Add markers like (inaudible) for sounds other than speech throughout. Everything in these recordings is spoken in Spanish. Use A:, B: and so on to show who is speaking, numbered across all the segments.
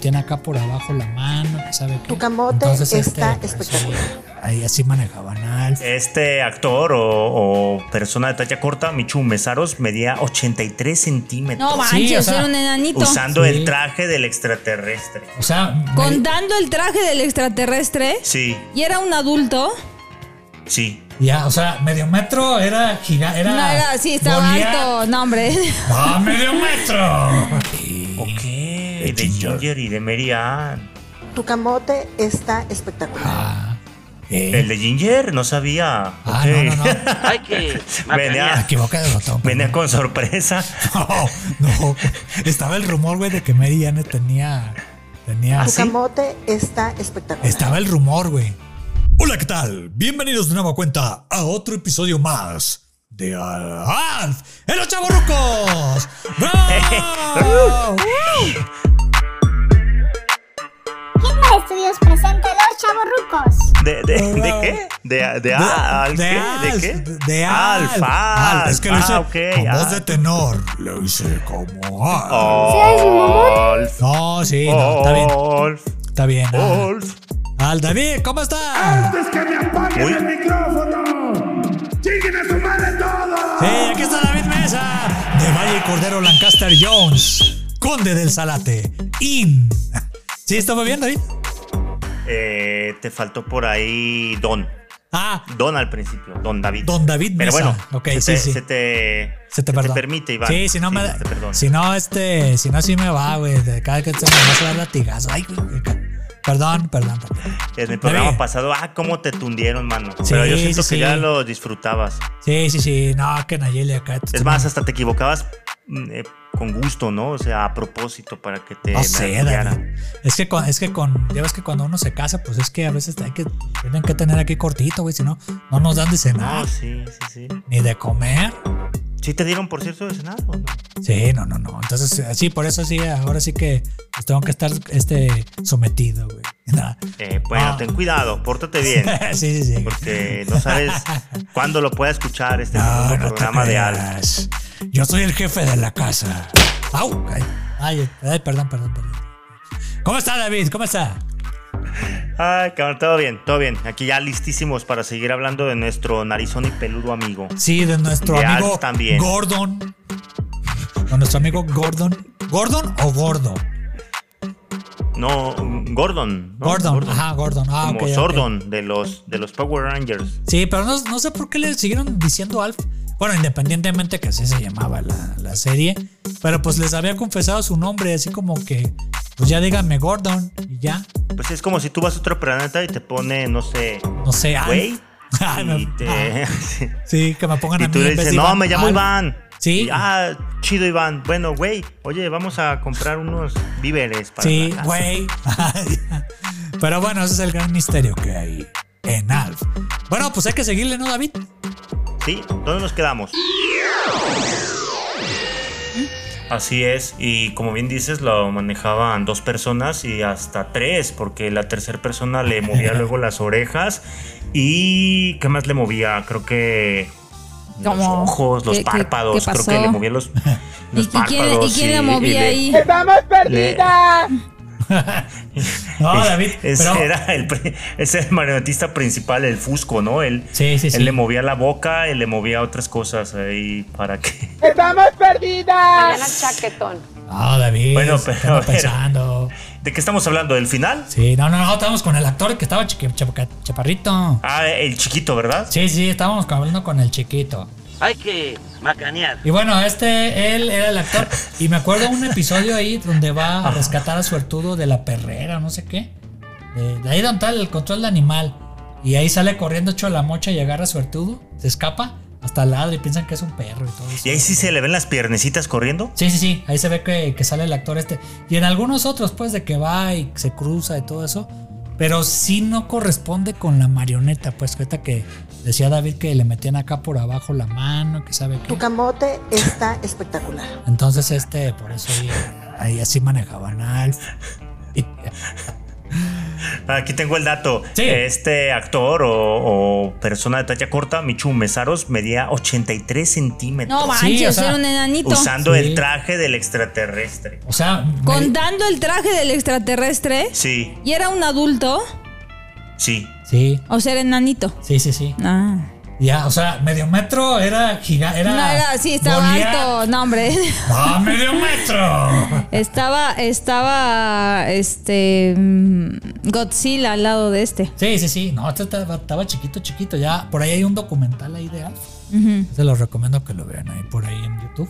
A: tiene acá por abajo la mano, que sabe qué.
B: Tu camote
A: Entonces,
B: está
A: pues,
B: espectacular.
A: Ahí así manejaban al.
C: Eh,
D: Este actor o, o persona de talla corta, Michu Mesaros, medía 83 centímetros.
C: No
A: Sí,
C: manches,
A: o sea,
C: era un enanito.
D: usando
A: Sí.
D: el traje del extraterrestre.
A: O sea, me-
C: Contando el traje del extraterrestre
D: Sí,
C: y era un adulto.
D: sí.
A: ya, o sea, medio metro era gigante. Era,
C: no era, sí, estaba
A: Goliat.
C: alto. No, hombre.
A: ¡Ah, medio metro!
D: Ok, de Ginger y de Mary Ann.
B: Tu camote está espectacular.
A: Ah, eh.
D: El de Ginger, no sabía.
A: Ah,
D: Ok.
A: no, no, no.
E: Hay que
A: Me
D: venía,
A: equivoqué de
C: (laughs)
A: botón.
D: (laughs) venía con sorpresa.
A: (laughs) No, no. Estaba el rumor, güey, de que Mary Jane tenía. Tenía.
C: Ah,
B: Tu
D: ¿sí?
B: camote está espectacular.
A: Estaba el rumor, güey. Hola, ¿qué tal? Bienvenidos de nueva cuenta a otro episodio más de Alf en los
D: (laughs)
A: chavorrucos. ¡Bravo!
F: Gimba Estudios presenta Los Chavorrucos.
D: ¿De, de, de qué? ¿De, de, Alf?
A: de
D: ¿qué?
A: Alf,
D: ¿De qué?
A: De Alf.
D: Alf, Alf.
A: Es que lo hice
D: Ah, ok,
A: con voz
D: Alf. Oh.
A: de tenor. Lo hice como Alf.
D: Alf.
A: No, sí, no,
D: Oh.
A: está bien. Ah.
D: Alf.
A: Está bien. Al,
D: Alf.
A: Al David, ¿cómo estás?
D: Muy-
A: Sí, aquí está David Mesa. De Valle y Cordero Lancaster Jones. Conde del Salate. In. ¿Sí está muy bien, David?
D: eh, te faltó por ahí Don.
A: Ah,
D: Don al principio, Don David.
A: Don David
D: Pero
A: Mesa.
D: bueno,
A: Ok,
D: se,
A: sí,
D: te,
A: sí.
D: se te,
A: se te,
D: se
A: perdona.
D: permite, Iván.
A: Sí, si no me.
D: se te perdona.
A: Si no, este. Si no, sí me va, güey. de Cada que se me vas a dar latigazo. Ay, güey. Perdón, perdón, perdón.
D: En el programa
A: David.
D: pasado, ah, cómo te tundieron, mano.
A: Sí,
D: Pero yo siento
A: sí,
D: que ya
A: sí.
D: lo disfrutabas.
A: Sí, sí, sí. No, que Nayeli acá.
D: Es más, este, hasta te equivocabas mm, eh, con gusto, ¿no? O sea, a propósito para que te
A: No sé,
D: nalguearan.
A: David. Es que, con, es que con, ya ves que cuando uno se casa, pues es que a veces hay que, tienen que tener aquí cortito, güey, si no, no nos dan de cenar,
D: No, sí, sí, sí.
A: ni de comer.
D: ¿Sí te dieron, por cierto, de cenar o no?
A: Sí, no, no, no. Entonces, eh, sí, por eso sí, ahora sí que pues, tengo que estar este, sometido, güey. (laughs) Nada.
D: Eh, bueno,
A: Ah.
D: ten cuidado, pórtate bien.
A: (laughs) sí, sí, sí.
D: Porque
A: (laughs)
D: no sabes cuándo lo pueda escuchar este
A: No,
D: famoso
A: no te
D: programa de Alf.
A: creas. Yo soy el jefe de la casa. Au, ay, ay, ay, perdón, perdón, perdón. ¿Cómo está, David? ¿Cómo está?
D: Ay, cabrón, todo bien, todo bien. Aquí ya listísimos para seguir hablando de nuestro narizón y peludo amigo.
A: Sí, de nuestro
D: De
A: amigo
D: Alf también.
A: Gordon. De nuestro amigo Gordon. ¿Gordon o Gordo?
D: No, Gordon. ¿no?
A: Gordon, ajá, Gordon. Ah,
D: Como
A: ok, ok.
D: Sordon de los de los Power Rangers.
A: Sí, pero no, no sé por qué le siguieron diciendo Alf. Bueno, independientemente que así se llamaba la, la serie. Pero pues les había confesado su nombre, así como que, pues ya díganme Gordon y ya.
D: Pues es como si tú vas a otro planeta y te pone, no sé,
A: No sé, Alf. (laughs)
D: güey.
A: Ay, me-
D: Y, te, (laughs)
A: Sí, que me pongan
D: y
A: a mí
D: tú le
A: en vez
D: dices,
A: de
D: no,
A: Iván".
D: me llamo
A: Alf.
D: Iván.
A: Sí.
D: Y, ah, chido Iván. Bueno, güey, oye, vamos a comprar unos víveres para
A: Sí,
D: la casa".
A: güey. (laughs) Pero bueno, ese es el gran misterio que hay en Alf. Bueno, pues hay que seguirle, ¿no, David?
D: ¿Sí? ¿Dónde nos quedamos? Así es, y como bien dices, lo manejaban dos personas y hasta tres, porque la tercera persona le movía
A: (laughs)
D: luego las orejas y ¿qué más le movía? Creo que los
C: ¿Cómo?
D: ojos, los
C: ¿Qué- qué-
D: pámpados,
C: qué
D: creo
C: pasó?
D: que le movía
C: (laughs)
D: los,
C: ¿Y,
D: los
C: y quién,
D: párpados.
C: ¿Y quién la movía
D: le-
C: ahí?
D: le- (laughs)
A: No, David.
D: Ese
A: pero-
D: era el, pri- ese era el marionetista principal, el Fusco, ¿no? Él,
A: Sí, sí,
D: él
A: sí.
D: le movía la boca y le movía otras cosas ahí para que
G: Mañana chaquetón.
A: No, David.
D: Bueno, pero,
A: estaba
D: pero-
A: pensando.
D: ¿De qué estamos hablando? ¿Del final?
A: Sí, no, no, no, estábamos con el actor que estaba chiqui- chapaca- chaparrito.
D: Ah, el chiquito, ¿verdad?
A: Sí, sí, estábamos hablando con el chiquito.
E: hay que macanear.
A: Y bueno, este, él era el actor. Y me acuerdo un episodio ahí donde va a rescatar a su Arturo de la perrera, no sé qué. De, de ahí donde está el control de animal. Y ahí sale corriendo hecho la mocha y agarra a su Arturo, se escapa hasta ladra y piensan que es un perro y todo eso.
D: Y ahí sí se le ven las piernecitas corriendo.
A: Sí, sí, sí, ahí se ve que, que sale el actor este. Y en algunos otros, pues, de que va y se cruza y todo eso. Pero sí no corresponde con la marioneta, pues, que ahorita que decía David que le metían acá por abajo la mano, que sabe
B: Tu
A: qué.
B: camote está espectacular.
A: Entonces, este, por eso ahí, ahí así manejaban al.
D: Aquí tengo el dato.
A: Sí.
D: Este actor o, o persona de talla corta, Michu Mesaros, medía 83 centímetros.
C: No
A: Sí,
C: manches,
A: o sea,
C: era un enanito.
D: usando
A: Sí.
D: el traje del extraterrestre.
A: O sea, me-
C: Contando el traje del extraterrestre.
D: Sí,
C: Y era un adulto.
D: sí.
A: sí,
C: O sea, era enanito.
A: sí, sí, sí.
C: Ah.
A: Ya, o sea, medio metro era gigante. Era,
C: no era, sí, estaba
A: Goliat.
C: alto. No, hombre. (laughs)
A: ¡Ah, medio metro!
C: Estaba, estaba, este, mm, Godzilla al lado de este.
A: Sí, sí, sí. No, este estaba, estaba chiquito, chiquito. Ya, por ahí hay un documental ahí de Alf.
C: Ujú,
A: Se los recomiendo que lo vean ahí por ahí en YouTube.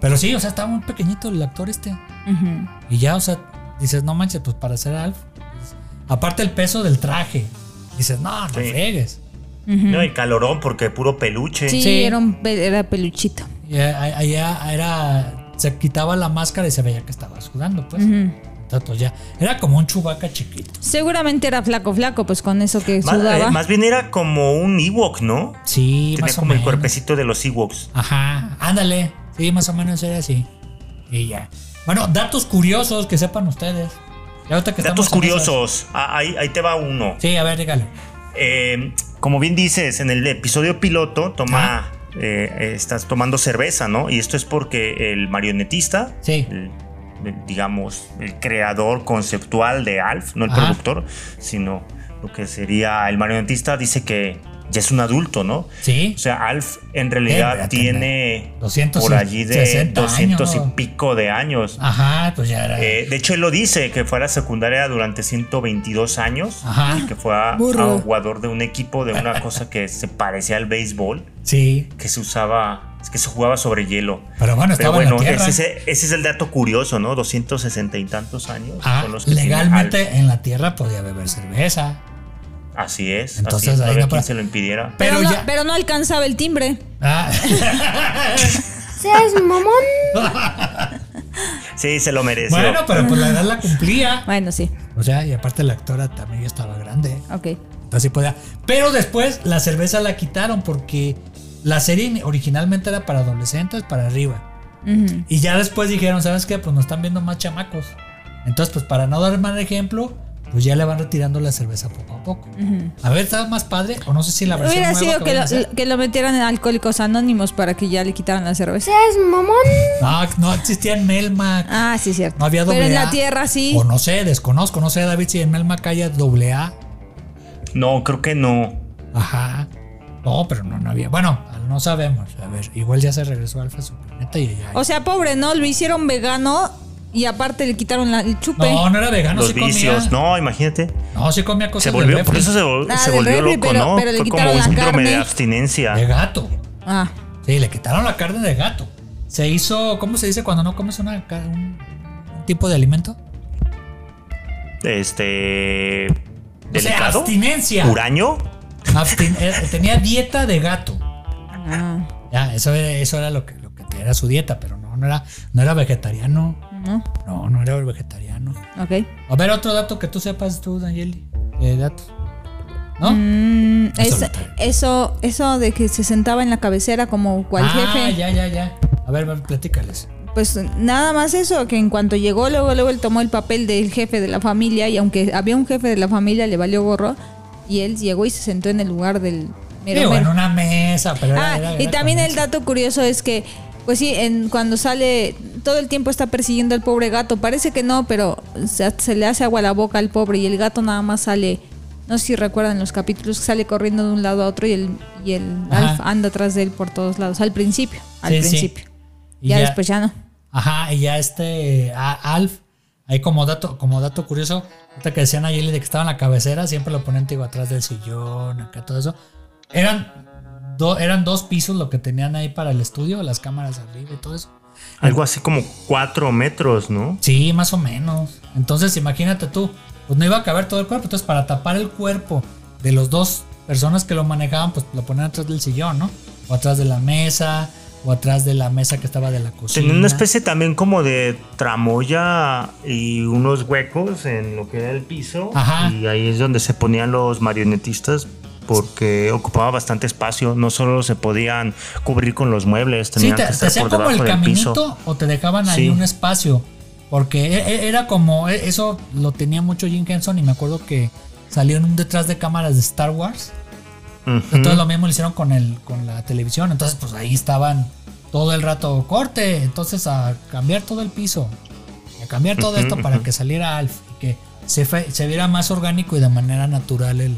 A: Pero sí, o sea, estaba muy pequeñito el actor este.
C: ujú.
A: Y ya, o sea, dices, no manches, pues para ser Alf. pues, aparte el peso del traje. Dices, no, no
D: Sí.
A: fregues.
D: No, y calorón porque puro peluche.
C: Sí,
A: Sí.
C: Era, un, pe- era peluchito.
A: Y a- allá era. Se quitaba la máscara y se veía que estaba sudando, pues.
C: Ujú.
A: Entonces, pues, ya. Era como un chubaca chiquito.
C: Seguramente era flaco, flaco, pues con eso que
D: Más,
C: sudaba.
D: eh, más bien era como un Ewok, ¿no?
A: Sí,
D: Tenía
A: más o
D: como el
A: menos.
D: cuerpecito de los Ewoks.
A: Ajá, ándale. Sí, más o menos era así. Y ya. Bueno, datos curiosos que sepan ustedes. Ya ahorita que
D: Datos
A: estamos en esas-
D: curiosos. Ah, ahí, ahí te va uno.
A: Sí, a ver, dígalo.
D: Eh, como bien dices, en el episodio piloto toma, eh, estás tomando cerveza, ¿no? Y esto es porque el marionetista,
A: Sí.
D: el- el, digamos, el creador conceptual de Alf, no el
A: Ajá.
D: productor, sino lo que sería el marionetista, dice que ya es un adulto, ¿no?
A: Sí.
D: O sea, Alf en realidad
A: espérate,
D: tiene
A: 200
D: por allí de
A: 60
D: 200
A: años.
D: y pico de años.
A: Ajá, pues ya era.
D: Eh, de hecho, él lo dice, que fue a la secundaria durante 122 años
A: Ajá.
D: y que fue a, a
C: Burro.
D: jugador de un equipo de una cosa que se parecía al béisbol,
A: sí.
D: que se usaba, que se jugaba sobre hielo.
A: Pero bueno,
D: Pero
A: estaba en
D: bueno,
A: la tierra.
D: ese, es- ese es el dato curioso, ¿no? 260 y tantos años
A: Ah,
D: son los que tiene Alf.
A: legalmente en la tierra podía beber cerveza.
D: Así es.
A: Entonces,
D: así es,
A: ahí
D: no había
A: no
D: quien
A: para-
D: se lo impidiera.
A: Pero
C: Pero, no,
A: ya-
C: pero no alcanzaba el timbre.
D: (laughs)
A: Ah,
F: Seas mamón.
D: Sí, se lo mereció.
A: bueno, pero pues la edad la cumplía.
C: Bueno, sí,
A: O sea, y aparte la actora también ya estaba grande.
C: ok.
A: Entonces sí podía. Pero después la cerveza la quitaron porque la serie originalmente era para adolescentes, para arriba.
C: Ujú.
A: Y ya después dijeron, ¿sabes qué? Pues nos están viendo más chamacos. Entonces, pues para no dar mal ejemplo, pues ya le van retirando la cerveza poco a poco. A ver, estaba más padre, o no sé si la versión
C: Hubiera
A: nueva
C: sido
A: que
C: que
A: vayan a
C: lo,
A: hacer.
C: que lo metieran en Alcohólicos Anónimos para que ya le quitaran la cerveza.
F: Seas mamón.
A: No, no existía en Melmac.
C: Ah, sí, cierto.
A: No había doble
C: Pero en
A: A.
C: la Tierra sí.
A: O no sé, desconozco, no sé, David, si en Melmac haya doble A.
D: No, creo que no.
A: Ajá. No, pero no, no había. Bueno, no sabemos. A ver, igual ya se regresó Alfa a su planeta y ya.
C: O sea, pobre, ¿no? Lo hicieron vegano y aparte le quitaron la- el chupe.
A: no, no era vegano,
D: los
A: sí comía.
D: vicios. No, imagínate.
A: No, sí comía cosas
D: Se volvió,
A: de,
D: por eso se, vol-
C: Ah,
D: se
C: del
D: volvió
C: refri,
D: loco,
C: pero-
D: ¿no?
C: pero le
D: Fue
C: quitaron
D: como un
C: la
D: síndrome de
C: carne.
D: abstinencia.
A: de gato.
C: Ah,
A: Sí, le quitaron la carne de gato. Se hizo, ¿cómo se dice cuando no comes una, ca- un, un tipo de alimento?
D: este
A: O sea,
D: delicado
A: abstinencia.
D: huraño
A: Abstin- eh, tenía dieta de gato.
C: ah,
A: Ya, eso, era- eso era lo que, lo que era su dieta, pero no, no era, no era vegetariano.
C: no,
A: No, no era vegetariano.
C: ok.
A: A ver, otro dato que tú sepas tú, Danieli, de datos. ¿No?
C: Mm,
A: Eso
C: es-
A: no está bien.
C: eso, eso de que se sentaba en la cabecera como cual
A: ah,
C: jefe.
A: ya, ya, ya. A ver, va, platícales.
C: Pues nada más eso, que en cuanto llegó, luego, luego él tomó el papel del jefe de la familia y aunque había un jefe de la familia, le valió gorro y él llegó y se sentó en el lugar del... mero
A: Digo, en
C: mero.
A: una mesa, pero era-
C: Ah,
A: era-
C: y
A: era
C: también
A: con
C: el dato curioso es que, pues sí, en, cuando sale, todo el tiempo está persiguiendo al pobre gato. Parece que no, pero se, se le hace agua a la boca al pobre y el gato nada más sale. No sé si recuerdan los capítulos que sale corriendo de un lado a otro y el, y el
A: Ajá.
C: Alf anda atrás de él por todos lados. Al principio, al
A: Sí, sí.
C: principio.
A: Y
C: Ya,
A: ya-
C: después ya no.
A: Ajá, y ya este a- Alf, ahí como dato, como dato curioso, ahorita que decían ayer de que estaba en la cabecera, siempre lo ponían digo, atrás del sillón, acá todo eso. Eran, do- eran dos pisos lo que tenían ahí para el estudio, las cámaras arriba y todo eso.
D: algo así como cuatro metros no
A: Sí, más o menos. Entonces, imagínate tú, pues no iba a caber todo el cuerpo. Entonces, para tapar el cuerpo de los dos personas que lo manejaban, pues lo ponían atrás del sillón, ¿no? O atrás de la mesa, o atrás de la mesa que estaba de la cocina.
D: tenía una especie también como de tramoya y unos huecos en lo que era el piso
A: Ajá.
D: y ahí es donde se ponían los marionetistas porque ocupaba bastante espacio no solo se podían cubrir con los muebles
A: Sí,
D: tenían
A: te,
D: que
A: te
D: estar
A: hacían
D: por
A: como el
D: debajo del piso
A: caminito o te dejaban ahí
D: Sí.
A: un espacio. Porque e- e- era como, e- eso lo tenía mucho Jim Henson y me acuerdo que salió en un detrás de cámaras de Star Wars. Entonces lo mismo lo hicieron con, el, con la televisión. Entonces pues ahí estaban todo el rato corte. Entonces a cambiar todo el piso. A cambiar todo esto para que saliera Alf. Y que se, fe- se viera más orgánico y de manera natural el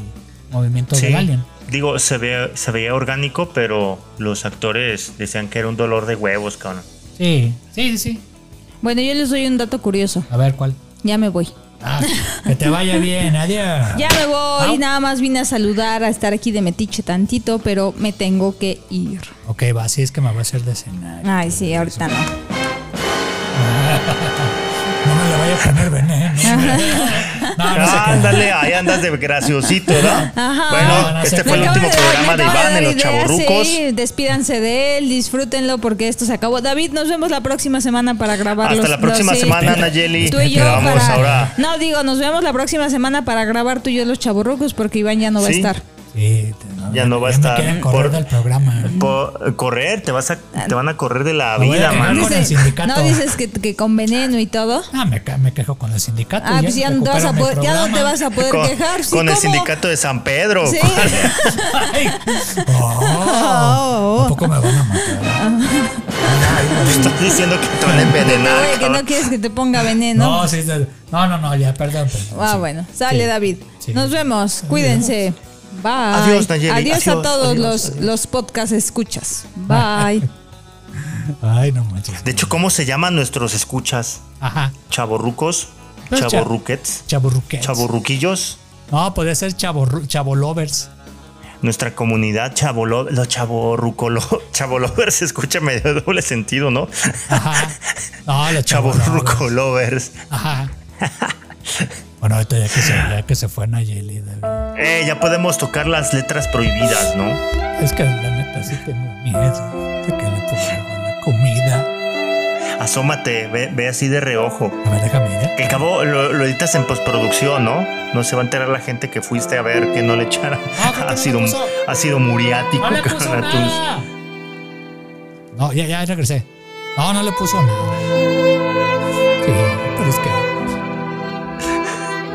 A: movimiento
D: Sí.
A: del alien.
D: Digo, se, ve, se veía orgánico, pero los actores decían que era un dolor de huevos, cabrón.
A: Sí, sí, sí, sí.
C: Bueno, yo les doy un dato curioso.
A: A ver cuál.
C: Ya me voy.
A: Ah, que te vaya bien, adiós.
C: Ya me voy.
D: Ah.
A: Au.
C: Nada más vine a saludar, a estar aquí de metiche tantito, pero me tengo que ir.
A: Ok, va, así es que me va a hacer de cenar.
C: Ay, sí, ahorita no.
A: No me le vaya a poner veneno.
C: (laughs)
A: No, no sé qué.
D: Ándale, ahí andas de graciosito, ¿no?
C: Ajá.
D: Bueno,
A: No, no
D: este
A: sé.
D: fue el
C: Me acabo
D: último
C: de dar-
D: programa
C: me
D: de
C: acabo
D: Iván
C: dar
D: en Los
C: ideas,
D: Chavorrucos.
C: sí. despídanse de él, disfrútenlo porque esto se acabó. David, nos vemos la próxima semana para grabar
D: Hasta
C: los-
D: la próxima
C: los- sí.
D: semana, Nayeli.
C: Tú y yo
D: Te vamos
C: para-
D: ahora.
C: No, digo, nos vemos la próxima semana para grabar tú y yo los chaburrucos porque Iván ya no va
D: Sí.
C: a estar.
A: Sí, te- no,
D: Ya no va a
A: me
D: estar.
A: quieren correr
D: Por-
A: del programa.
D: Po- correr, te vas a, te van a correr de la
A: Me voy a
D: vida,
A: quedar
D: mano.
A: con Ah, el sindicato.
C: No dices que, que con veneno y todo.
A: Ah, me, ca- me quejo con el sindicato.
C: Ah, pues ya no, te vas a
A: recuperan
C: poder,
A: el
C: ya no te
A: programa.
C: vas
A: (laughs)
C: a poder
D: Con,
C: quejar. sí,
D: con el
C: ¿cómo?
D: sindicato de San Pedro.
C: Sí.
A: Ay. Oh, ¿A poco me van a
C: (laughs)
A: matar?
D: (laughs) Estás diciendo que te van a envenenar.
C: Oye, que
D: cabrón.
C: no quieres que te ponga veneno.
A: No, sí, sí. no, no, no, ya, perdón. perdón,
C: ah,
A: sí.
C: bueno. Sale,
A: Sí.
C: David.
A: Sí.
C: Nos vemos. Cuídense. Bye.
D: Adiós, Nayeli.
C: Adiós, a
D: Adiós,
C: todos
D: adiós,
C: los,
D: adiós.
C: los podcast escuchas. Bye.
A: Ay, no manches.
D: De hecho, ¿cómo se llaman nuestros escuchas?
A: Ajá.
D: ¿Chavorrucos?
A: Los cha-
D: ¿Chavorruquets?
A: Chaburruquets.
D: ¿Chavorruquillos?
A: No, podría ser chaborru- chavolovers.
D: Nuestra comunidad chavolo, los chavorrucolo, (laughs) chavolovers, escúchame, de doble sentido, ¿no?
A: Ajá. No, los chavorrucos.
D: Chavorrucolovers.
A: Ajá. (laughs) Bueno, ahorita ya que se, ya que se fue Nayeli, David.
D: Eh, ya podemos tocar las letras prohibidas, ¿no?
A: Es que la neta sí tengo miedo de que le ponga algo a la comida.
D: Asómate, ve, ve así de reojo.
A: A ver, déjame ir. ¿eh?
D: Que cabo lo, lo editas en postproducción, ¿no? No se va a enterar la gente que fuiste a ver que no le echara
A: Ah, ¿qué te
D: ácido,
A: puso?
D: ácido muriático
A: ¡No le
D: cabrón,
A: puso
D: a tus-
A: nada! No, ya, ya regresé. No, no le puso nada. Sí, pero es que. (laughs)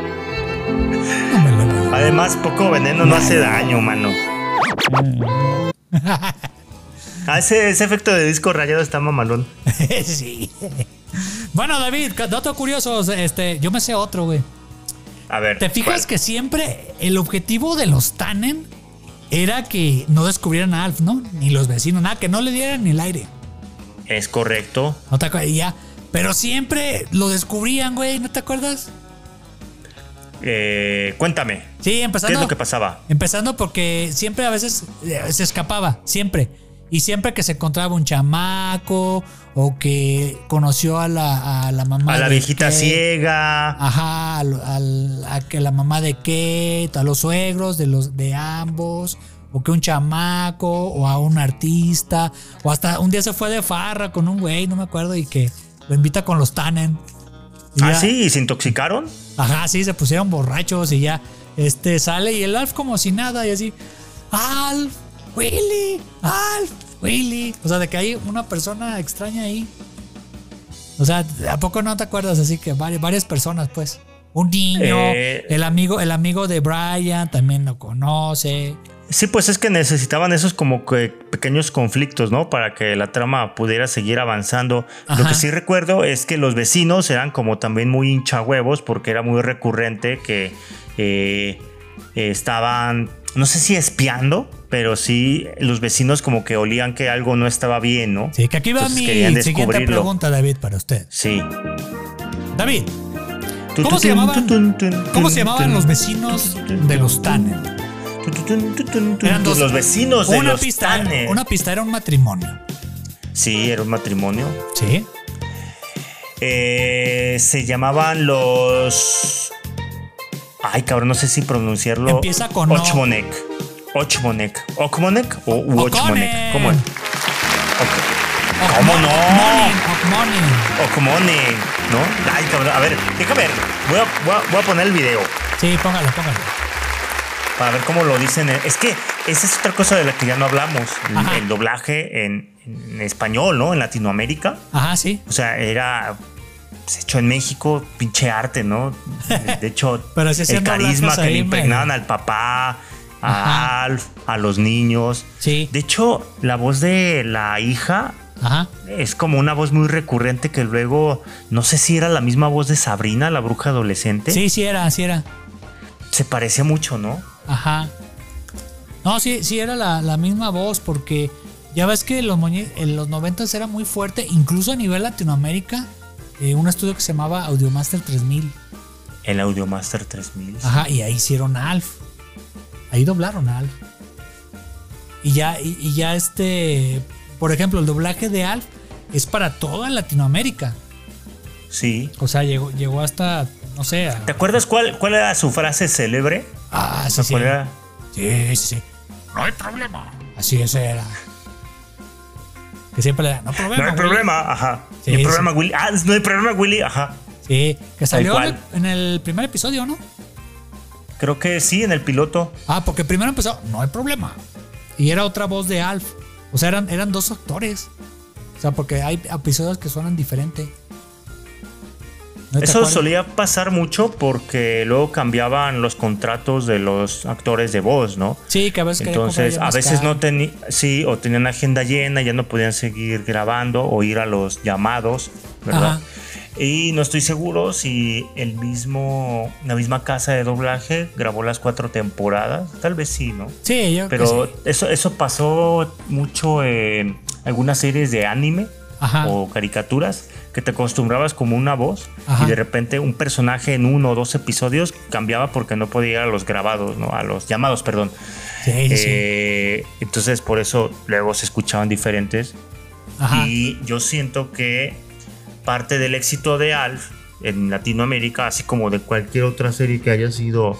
A: No me lo voy
D: Además, poco veneno no hace
A: (laughs)
D: daño, mano. Ah, ese, ese efecto de disco rayado está mamalón.
A: a- (laughs) sí. Bueno, David, datos curiosos. Este, yo me sé otro, güey.
D: A ver.
A: ¿Te fijas que siempre el objetivo de los Tannen era que no descubrieran a Alf, ¿no? Ni los vecinos, nada, que no le dieran ni el aire.
D: Es correcto.
A: ¿No te acuerdas? Y ya. Pero siempre lo descubrían, güey, ¿no te acuerdas?
D: Eh, cuéntame.
A: Sí,
D: ¿Qué
A: empezando.
D: es lo que pasaba?
A: Empezando porque siempre a veces eh, se escapaba, siempre. Y siempre que se encontraba un chamaco o que conoció a la, a la mamá.
D: A la
A: de
D: viejita
A: Kate,
D: ciega.
A: Ajá, al- al- a que la mamá de Kate, a los suegros de, los, de ambos, o que un chamaco, o a un artista, o hasta un día se fue de farra con un güey, no me acuerdo, y que lo invita con los Tannen. Y
D: ¿Ah,
A: ya-
D: sí? ¿Y se intoxicaron?
A: Ajá, sí, se pusieron borrachos y ya. Este sale y el Alf como si nada y así. Alf, Willy, Alf, Willy. O sea, de que hay una persona extraña ahí. O sea, ¿a poco no te acuerdas? Así que vari- varias personas, pues. Un niño,
D: Eh.
A: el amigo, el amigo de Brian también lo conoce.
D: Sí, pues es que necesitaban esos como que pequeños conflictos, ¿no? Para que la trama pudiera seguir avanzando. Lo
A: Ajá.
D: que sí recuerdo es que los vecinos eran como también muy hinchahuevos porque era muy recurrente que eh, eh, estaban, no sé si espiando, pero sí los vecinos como que olían que algo no estaba bien, ¿no?
A: Sí, que aquí va
D: Entonces querían
A: mi siguiente
D: descubrirlo.
A: pregunta, David, para usted.
D: Sí.
A: David, ¿Cómo se llamaban? ¿cómo se llamaban los vecinos de los Tanner? Eran
D: Eran
A: dos.
D: los vecinos de
A: una
D: los
A: pista,
D: Tanner.
A: Una pista era un matrimonio.
D: Sí, era un matrimonio.
A: Sí.
D: Eh, se llamaban los. Ay, cabrón, no sé si pronunciarlo.
A: Empieza con O.
D: Ochmonek. Ochmonek. Okmonek o u
A: Oconen.
D: Ochmonek. ¿Cómo es? Ok. ¿Cómo
A: Ogmon-
D: no?
A: Ogmonin, Ogmonin.
D: Okmonek, ¿no? Ay, cabrón. A ver, déjame ver. Voy a, voy a- voy a poner el video
A: Sí, póngalo, póngalo.
D: para ver cómo lo dicen. Es que esa es otra cosa de la que ya no hablamos. El,
A: Ajá.
D: el doblaje en, en español, ¿no? En Latinoamérica.
A: Ajá, sí.
D: O sea, era. pues, hecho en México, pinche
A: (laughs)
D: arte, ¿no? De hecho,
A: Pero así
D: el
A: haciendo
D: carisma
A: lazos
D: que le
A: ahí,
D: impregnaban
A: medio.
D: al papá,
A: Ajá.
D: a Alf, a los niños.
A: Sí.
D: De hecho, la voz de la hija
A: Ajá.
D: es como una voz muy recurrente que luego, no sé si era la misma voz de Sabrina, la bruja adolescente.
A: Sí, sí era, sí era.
D: Se parecía mucho, ¿no?
A: Ajá. No, sí, sí era la, la misma voz, porque ya ves que los muñe- en los 90 era muy fuerte, incluso a nivel Latinoamérica, eh, un estudio que se llamaba Audiomaster 3000.
D: El Audiomaster 3000.
A: Ajá, y ahí hicieron a Alf. Ahí doblaron a Alf. Y ya, y, y ya este, por ejemplo, el doblaje de Alf es para toda Latinoamérica.
D: Sí.
A: O sea, llegó, llegó hasta, no sé, a-
D: ¿Te acuerdas cuál, cuál era su frase célebre?
A: ah, sí,
D: ¿Te
A: sí,
D: acuerdas?
A: Sí, sí, sí. No hay problema. Así es, era. Que siempre le da, no problema.
D: No hay
A: güey".
D: problema, ajá.
A: Sí,
D: no hay
A: sí.
D: problema, Willy. Ah, no hay problema, Willy, ajá.
A: Sí, que salió en
D: cual.
A: el, en el primer episodio, ¿no?
D: Creo que sí, en el piloto.
A: Ah, porque primero empezó, no hay problema. Y era otra voz de Alf. O sea, eran, eran dos actores. O sea, porque hay episodios que suenan diferente. ¿No te
D: Eso
A: acuerdas?
D: solía pasar mucho porque luego cambiaban los contratos de los actores de voz, ¿no?
A: Sí, que a veces quería
D: Entonces,
A: comprar
D: a
A: más
D: veces
A: caro.
D: no tenían, sí, o tenían agenda llena, ya no podían seguir grabando o ir a los llamados, ¿verdad?
A: Ajá.
D: Y no estoy seguro si el mismo, la misma casa de doblaje grabó las cuatro temporadas, tal vez sí, ¿no?
A: Sí, yo creo
D: Pero
A: que sí.
D: eso, eso pasó mucho en algunas series de anime
A: Ajá.
D: o caricaturas que te acostumbrabas como una voz
A: Ajá.
D: y de repente un personaje en uno o dos episodios cambiaba porque no podía ir a los grabados, ¿no? A los llamados, perdón.
A: Sí, sí, sí.
D: Eh, entonces por eso luego se escuchaban diferentes.
A: Ajá.
D: Y yo siento que parte del éxito de Alf en Latinoamérica, así como de cualquier otra serie que haya sido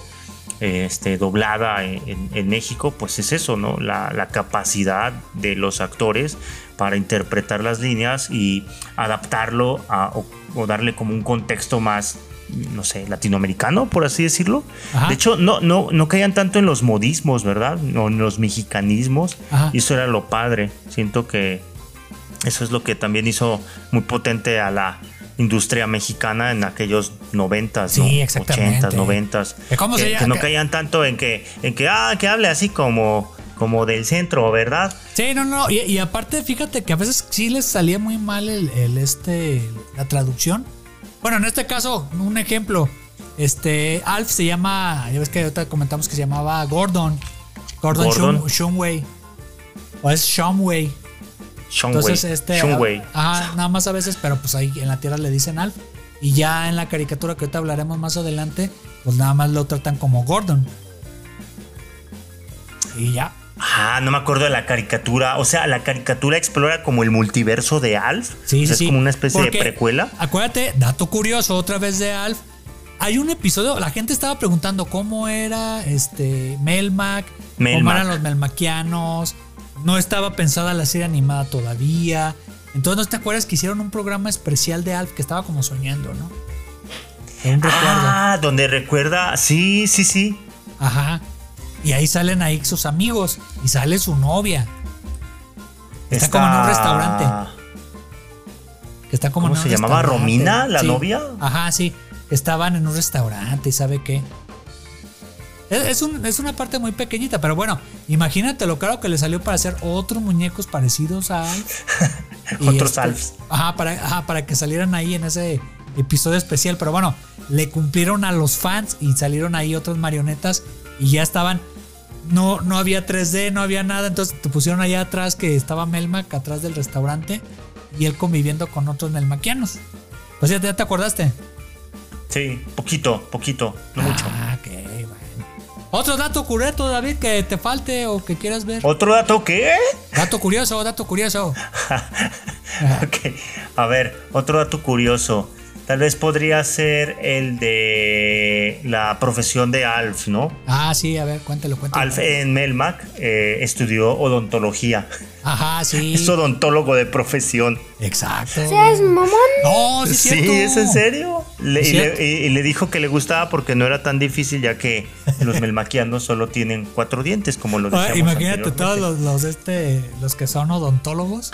D: eh, este, doblada en, en- en México, pues es eso, ¿no? La, la capacidad de los actores para interpretar las líneas y adaptarlo a, o, o darle como un contexto más, no sé, latinoamericano, por así decirlo.
A: Ajá.
D: De hecho, no, no, no caían tanto en los modismos, ¿verdad? O en los mexicanismos.
A: Ajá.
D: Y eso era lo padre. Siento que eso es lo que también hizo muy potente a la industria mexicana en aquellos noventas,
A: Sí,
D: ¿no?
A: exactamente.
D: ochentas, noventas.
A: ¿Que cómo se
D: que,
A: llama?
D: que no
A: Que-
D: caían tanto en que, en que, ah, que hable así como, como del centro, ¿verdad?
A: Sí, no, no. Y, y aparte, fíjate que a veces sí les salía muy mal el, el este, la traducción. Bueno, en este caso, un ejemplo. Este, Alf se llama, ya ves que ahorita comentamos que se llamaba Gordon. Gordon,
D: Gordon.
A: Shum- Shumway. O es Shumway.
D: Shunwei.
A: Entonces, este.
D: Shunwei.
A: Ajá, nada más a veces, pero pues ahí en la tierra le dicen Alf. Y ya en la caricatura que ahorita hablaremos más adelante, pues nada más lo tratan como Gordon. Y ya.
D: Ah, no me acuerdo de la caricatura. O sea, la caricatura explora como el multiverso de Alf.
A: Sí,
D: O sea,
A: sí,
D: es
A: sí.
D: como una especie
A: Porque,
D: de precuela.
A: Acuérdate, dato curioso otra vez de Alf. Hay un episodio, la gente estaba preguntando cómo era este Melmac, cómo
D: Melmac.
A: eran los melmaquianos. No estaba pensada la serie animada todavía. Entonces, ¿no te acuerdas que hicieron un programa especial de Alf que estaba como soñando, no? Un recuerdo.
D: Ah, donde recuerda. Sí, sí, sí.
A: Ajá. Y ahí salen ahí sus amigos y sale su novia, Está como en un restaurante. que está como
D: ¿Cómo
A: en un
D: se llamaba?
A: restaurante.
D: ¿Romina, la novia?
A: Ajá, sí. Estaban en un restaurante y sabe qué. Es, es un- es una parte muy pequeñita, pero bueno, imagínate lo caro que le salió para hacer otros muñecos parecidos a Alf. Y este,
D: Otros Alfs.
A: Ajá para, ajá, para que salieran ahí en ese episodio especial. Pero bueno, le cumplieron a los fans y salieron ahí otras marionetas y ya estaban. No, no había 3D, no había nada. Entonces te pusieron allá atrás que estaba Melmac atrás del restaurante y él conviviendo con otros melmaquianos. Pues ya, ya te acordaste.
D: Sí, poquito, poquito, no mucho.
A: Ah, ok, bueno. Otro dato curioso, David, que te falte o que quieras ver.
D: ¿Otro dato qué?
A: Dato curioso, dato curioso.
D: (laughs) Ok, A ver, otro dato curioso. Tal vez podría ser el de la profesión de Alf, ¿no?
A: Ah, sí, a ver, cuéntelo, cuéntelo.
D: Alf en Melmac eh, estudió odontología.
A: Ajá, sí.
D: Es odontólogo de profesión.
A: Exacto.
F: ¿Es mamón?
A: No, Oh, sí, es
D: Sí,
A: cierto.
D: es en serio. Le-
A: Es
D: y, le,
A: cierto.
D: y- y le dijo que le gustaba porque no era tan difícil, ya que los melmaquianos solo tienen cuatro dientes, como lo
A: Ah,
D: decíamos.
A: imagínate todos
D: anteriormente.
A: los, este, los, este, los que son odontólogos.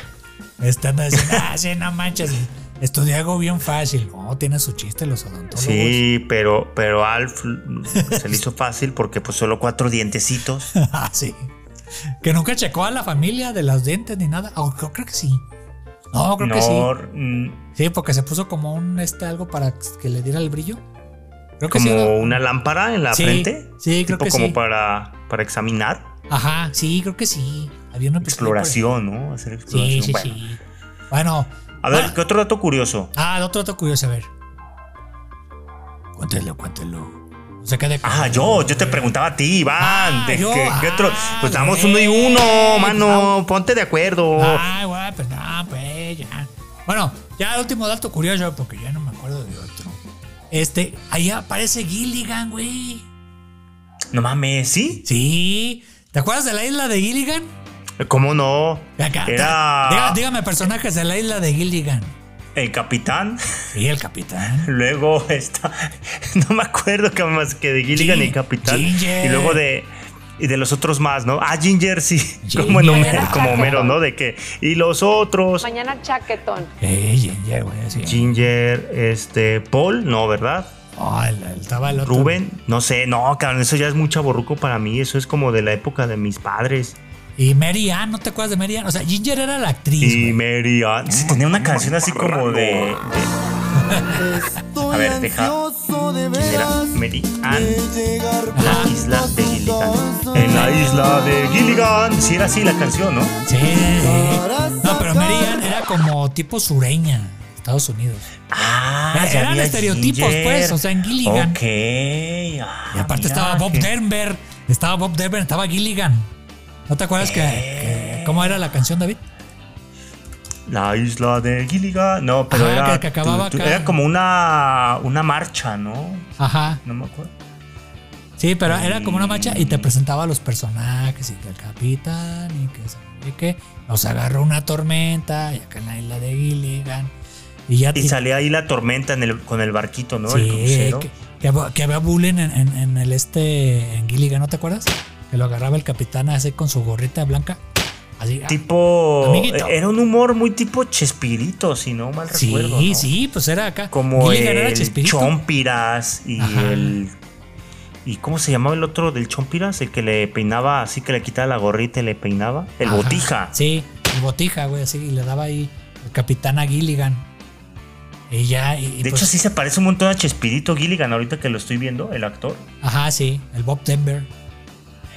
A: Están diciendo, ah, sí, no manches. Estudié algo bien fácil. No, tiene su chiste los odontólogos.
D: Sí, pero, pero Alf pues, se le hizo fácil porque pues solo cuatro dientecitos.
A: (laughs) Ah, sí. Que nunca checó a la familia de los dientes ni nada. Ah, creo, creo que sí. No, creo que sí.
D: No, mm,
A: Sí, porque se puso como un este algo para que le diera el brillo. Creo que sí.
D: como
A: ¿no?
D: una lámpara en la
A: Sí,
D: frente.
A: sí, creo
D: tipo
A: que
D: como
A: sí.
D: para, para examinar.
A: Ajá, sí, creo que sí. Había una pistola por ahí.
D: Exploración, ¿no? Hacer
A: Sí,
D: exploración.
A: sí,
D: Bueno.
A: sí. Bueno.
D: A ver,
A: ah,
D: ¿qué otro dato curioso?
A: Ah, otro dato curioso, a ver. Cuéntelo, cuéntelo. O sea, que de
D: Ah, yo, yo te preguntaba a ti, Iván.
A: Ah,
D: de-
A: yo,
D: ¿qué- qué otro?
A: ah,
D: Pues estamos
A: güey. Pues
D: uno y uno, mano.
A: Vamos.
D: Ponte de acuerdo.
A: Ay, güey, pues no, pues ya. Bueno, ya el último dato curioso, porque ya no me acuerdo de otro. Este, ahí aparece Gilligan, güey.
D: No mames, ¿sí?
A: Sí. ¿Te acuerdas de la isla de Gilligan?
D: ¿Cómo no?
A: Acá,
D: Era
A: diga- dígame personajes de la isla de Gilligan.
D: el capitán.
A: Sí, el capitán.
D: Luego está. (laughs) No me acuerdo que más que de Gilligan
A: Gin-
D: y Capitán.
A: Ginger.
D: Y luego de. Y de los otros más, ¿no? Ah, Ginger, sí. (laughs)
A: Ginger.
D: Como, en Homero, como Homero, ¿no? De que. Y los otros.
G: Mañana chaquetón.
A: Sí, Eh, Ginger, güey, sí.
D: Ginger, este. Paul, no, ¿verdad?
A: Oh, el- el- estaba el otro.
D: Rubén, no sé, no, cabrón, eso ya es muy chaborruco para mí. Eso es como de la época de mis padres.
A: Y Mary Ann, ¿no te acuerdas de Mary Ann? O sea, Ginger era la actriz. güey.
D: Y Mary Ann. Sí, tenía una canción así como de. de- A ver, deja. ¿Quién era? Mary Ann. La isla de Gilligan. En la isla de Gilligan. Sí, era así la canción, ¿no?
A: Sí, sí. No, pero Mary Ann era como tipo sureña, Estados Unidos.
D: Ah,
A: Eran
D: ya había
A: estereotipos,
D: Ginger.
A: pues, o sea, en Gilligan.
D: Ok. ah,
A: Y aparte
D: mira,
A: estaba Bob
D: qué-
A: Denver, estaba Bob Denver, estaba Gilligan. ¿No te acuerdas que, que- cómo era la canción, David?
D: La isla de Gilligan. No, pero
A: Ajá,
D: era.
A: Ah, que- que acababa acá.
D: Era como una, una marcha, ¿no?
A: Ajá.
D: No me acuerdo.
A: Sí, pero era como una marcha y te presentaba a los personajes y que el capitán y que sabe qué. Nos agarró una tormenta y acá en la isla de Gilligan. Y ya
D: Y salía ahí la tormenta en el- con el barquito, ¿no? el
A: Sí,
D: crucero.
A: que, que hab- que había bullying en, en- en el este, en Gilligan, ¿no te acuerdas? Que lo agarraba el capitán así con su gorrita blanca. Así. ah,
D: Tipo.
A: Amiguito.
D: Era un humor muy tipo Chespirito, si no mal
A: sí,
D: recuerdo. ¿no?
A: sí, pues era acá.
D: Como
A: Gilligan era
D: el
A: Chespirito.
D: Chompiras y
A: Ajá.
D: el. ¿Y cómo se llamaba el otro del Chompiras? El que le peinaba, así que le quitaba la gorrita y le peinaba. El
A: Ajá.
D: Botija.
A: Sí, el botija, güey, así. Y le daba ahí el capitán a Gilligan. Y ya, y, y
D: de
A: pues,
D: hecho, sí se parece un montón a Chespirito Gilligan, ahorita que lo estoy viendo, el actor.
A: Ajá, sí, el Bob Denver.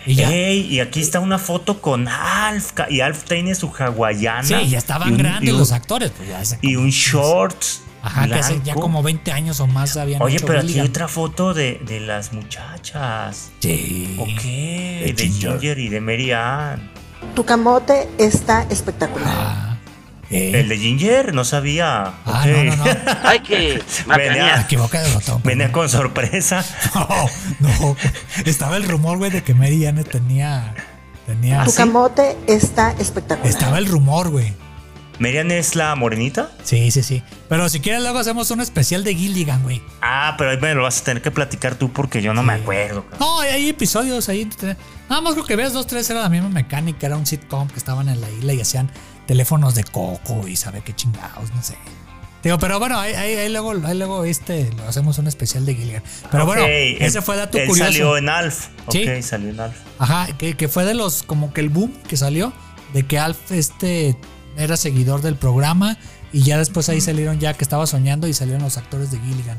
A: Y ya.
D: Ey, y aquí está una foto con Alf. ca- Y Alf tiene su hawaiana.
A: sí, ya
D: y
A: estaban
D: un- y
A: grandes
D: un-
A: los actores. Pues ya se-
D: Y un shorts.
A: Ajá, que hace ya
D: blanco.
A: como 20 años o más habían
D: Oye,
A: hecho
D: pero aquí hay
A: Gilligan.
D: otra foto de, de las muchachas.
A: Sí.
D: Ok, de
A: Ginger.
D: Ginger. y de Mary Ann.
B: Tu camote está espectacular.
A: Ah, eh.
D: El de Ginger, no sabía.
A: Ah,
D: Ok.
A: no,
D: (laughs)
A: no, no.
E: Hay que
A: Me
E: macanear.
D: Venía-
A: equivoqué de botón.
D: Venía con sorpresa.
A: No, (laughs) no. Estaba el rumor, güey, de que Mary Ann tenía.
D: Ah,
A: tenía
B: Tu camote está espectacular.
A: Estaba el rumor, güey.
D: Mary Ann es la morenita.
A: Sí, sí, sí. Pero si quieres, luego hacemos un especial de Gilligan, güey.
D: Ah, pero ahí me lo vas a tener que platicar tú porque yo no me acuerdo. cabrón.
A: No, hay, hay episodios ahí. te- Nada más creo que veas dos, tres era la misma mecánica. Era un sitcom que estaban en la isla y hacían teléfonos de coco y sabe qué chingados, no sé. Digo, pero bueno, ahí, ahí- ahí luego, ahí luego este, lo hacemos un especial de Gilligan. Pero bueno,
D: Ok,
A: ese
D: él-
A: fue dato
D: él
A: curioso.
D: salió en Alf. Ok,
A: Sí.
D: salió en Alf.
A: Ajá, que, que fue de los, como que el boom que salió, de que Alf este era seguidor del programa y ya después ahí salieron ya que estaba soñando y salieron los actores de Gilligan.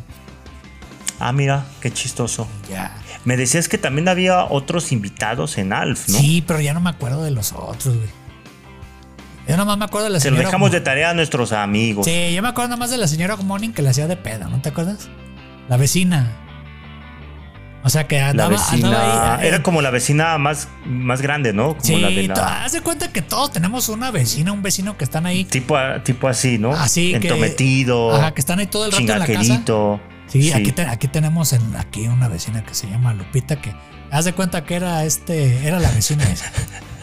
D: Ah, mira, qué chistoso.
A: Ya.
D: Me decías que también había otros invitados en Alf, ¿no?
A: Sí, pero ya no me acuerdo de los otros, güey. Yo nomás me acuerdo de la
D: Se lo
A: señora.
D: dejamos de
A: Gmo-
D: tarea a nuestros amigos.
A: Sí, yo me acuerdo nomás de la señora Monin que la hacía de pedo, ¿no te acuerdas? La vecina. O sea que
D: La
A: andaba,
D: vecina. ah,
A: andaba ahí. eh,
D: era como la vecina más, más grande, ¿no? Como
A: Sí,
D: la de
A: to-
D: la.
A: haz de cuenta que todos tenemos una vecina, un vecino que están ahí.
D: Tipo, a- tipo así, ¿no?
A: Así que-
D: Entometido.
A: Ajá, que están ahí todo el rato en la casa.
D: chingaquerito.
A: Sí, Aquí, te- aquí tenemos en, aquí una vecina que se llama Lupita, que haz de cuenta que era este, era la vecina esa.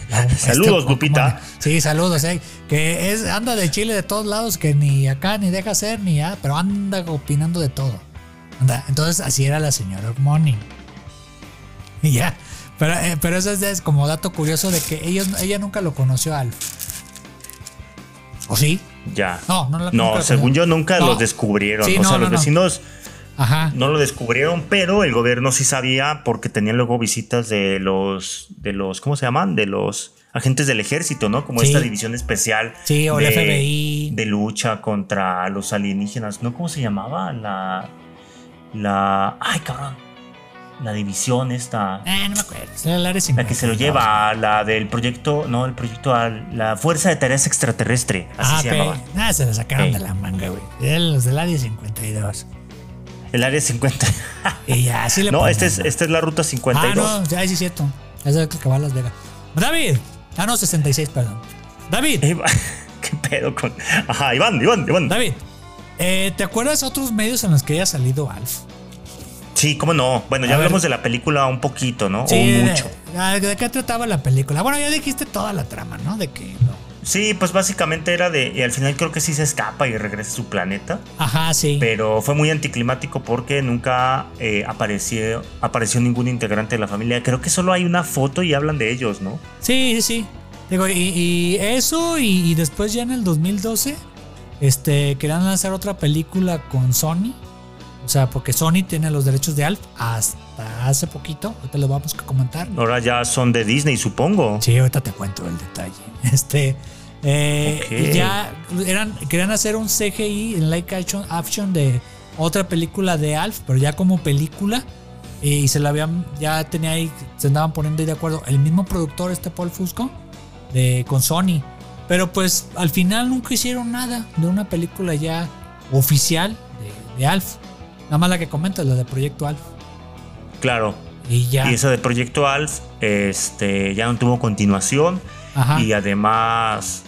A: La- este,
D: Saludos,
A: ¿cómo
D: Lupita.
A: anda? Sí, saludos, eh, que es, anda de Chile de todos lados, que ni acá ni deja ser, ni ah, pero anda opinando de todo. Anda, entonces así era la señora Morning. Y ya. Pero, eh, pero eso es, es como dato curioso de que ellos, ella nunca lo conoció a Alf. ¿O sí?
D: Ya.
A: No, no la- nunca la
D: según yo
A: comieron.
D: nunca
A: No.
D: los descubrieron.
A: Sí,
D: o
A: no,
D: sea,
A: no,
D: los
A: no.
D: vecinos
A: Ajá.
D: no lo descubrieron, pero el gobierno sí sabía porque tenían luego visitas de los, de los, ¿cómo se llaman? De los agentes del ejército, ¿no? Como
A: Sí.
D: esta división especial.
A: Sí, o la
D: de-
A: FBI.
D: De lucha contra los alienígenas, ¿no? ¿Cómo se llamaba? La, la, ay, cabrón, la división esta.
A: Ah, no me acuerdo. Era el área
D: La que se
A: 51.
D: lo lleva a la del proyecto, no, el proyecto a la Fuerza de Tareas Extraterrestre, así
A: Ah,
D: se
A: ok.
D: llamaba.
A: Ah, se la sacaron
D: Sí.
A: de la manga, güey. Eran los del área 52.
D: El área
A: (laughs)
D: 50.
A: Y ya, así le
D: no,
A: ponen,
D: esta es,
A: ¿no?
D: esta es la ruta 52.
A: Ah, no, ya sí es cierto. Esa es la que va a Las Vegas. David. Ah, no, 66, perdón. David,
D: Eh, (laughs) ¿Qué pedo con.? Ajá, Iván, Iván, Iván.
A: David. eh, ¿Te acuerdas otros medios en los que haya salido Alf?
D: Sí, cómo no. Bueno, ya
A: A
D: hablamos
A: ver.
D: de la película un poquito, ¿no?
A: de- ah,
D: o Oh, mucho.
A: ¿De, de qué trataba la película? Bueno, ya dijiste toda la trama, ¿no? De que no.
D: Sí, pues básicamente era de. Y al final creo que sí se escapa y regresa a su planeta.
A: Ajá, sí.
D: Pero fue muy anticlimático porque nunca eh, apareció, apareció ningún integrante de la familia. Creo que solo hay una foto y hablan de ellos, ¿no?
A: Sí, sí, sí. Digo, y, y eso, y, y después ya en el 2012, este, querían lanzar otra película con Sony. O sea, porque Sony tiene los derechos de Alf hasta hace poquito. Ahorita lo vamos a comentar.
D: Ahora ya son de Disney, supongo.
A: Sí, ahorita te cuento el detalle. (laughs) Este. eh,
D: Ok.
A: y Ya eran, querían hacer un CGI en Like Action, action de otra película de Alf, pero ya como película. eh, Y se la habían, ya tenía ahí, se andaban poniendo ahí de acuerdo. El mismo productor, este Paul Fusco, de, con Sony. Pero pues al final nunca hicieron nada de una película ya oficial de, de Alf. Nada más la que comentas, la de Proyecto Alf.
D: Claro.
A: Y ya.
D: Y esa de Proyecto Alf este, ya no tuvo continuación.
A: Ajá.
D: y además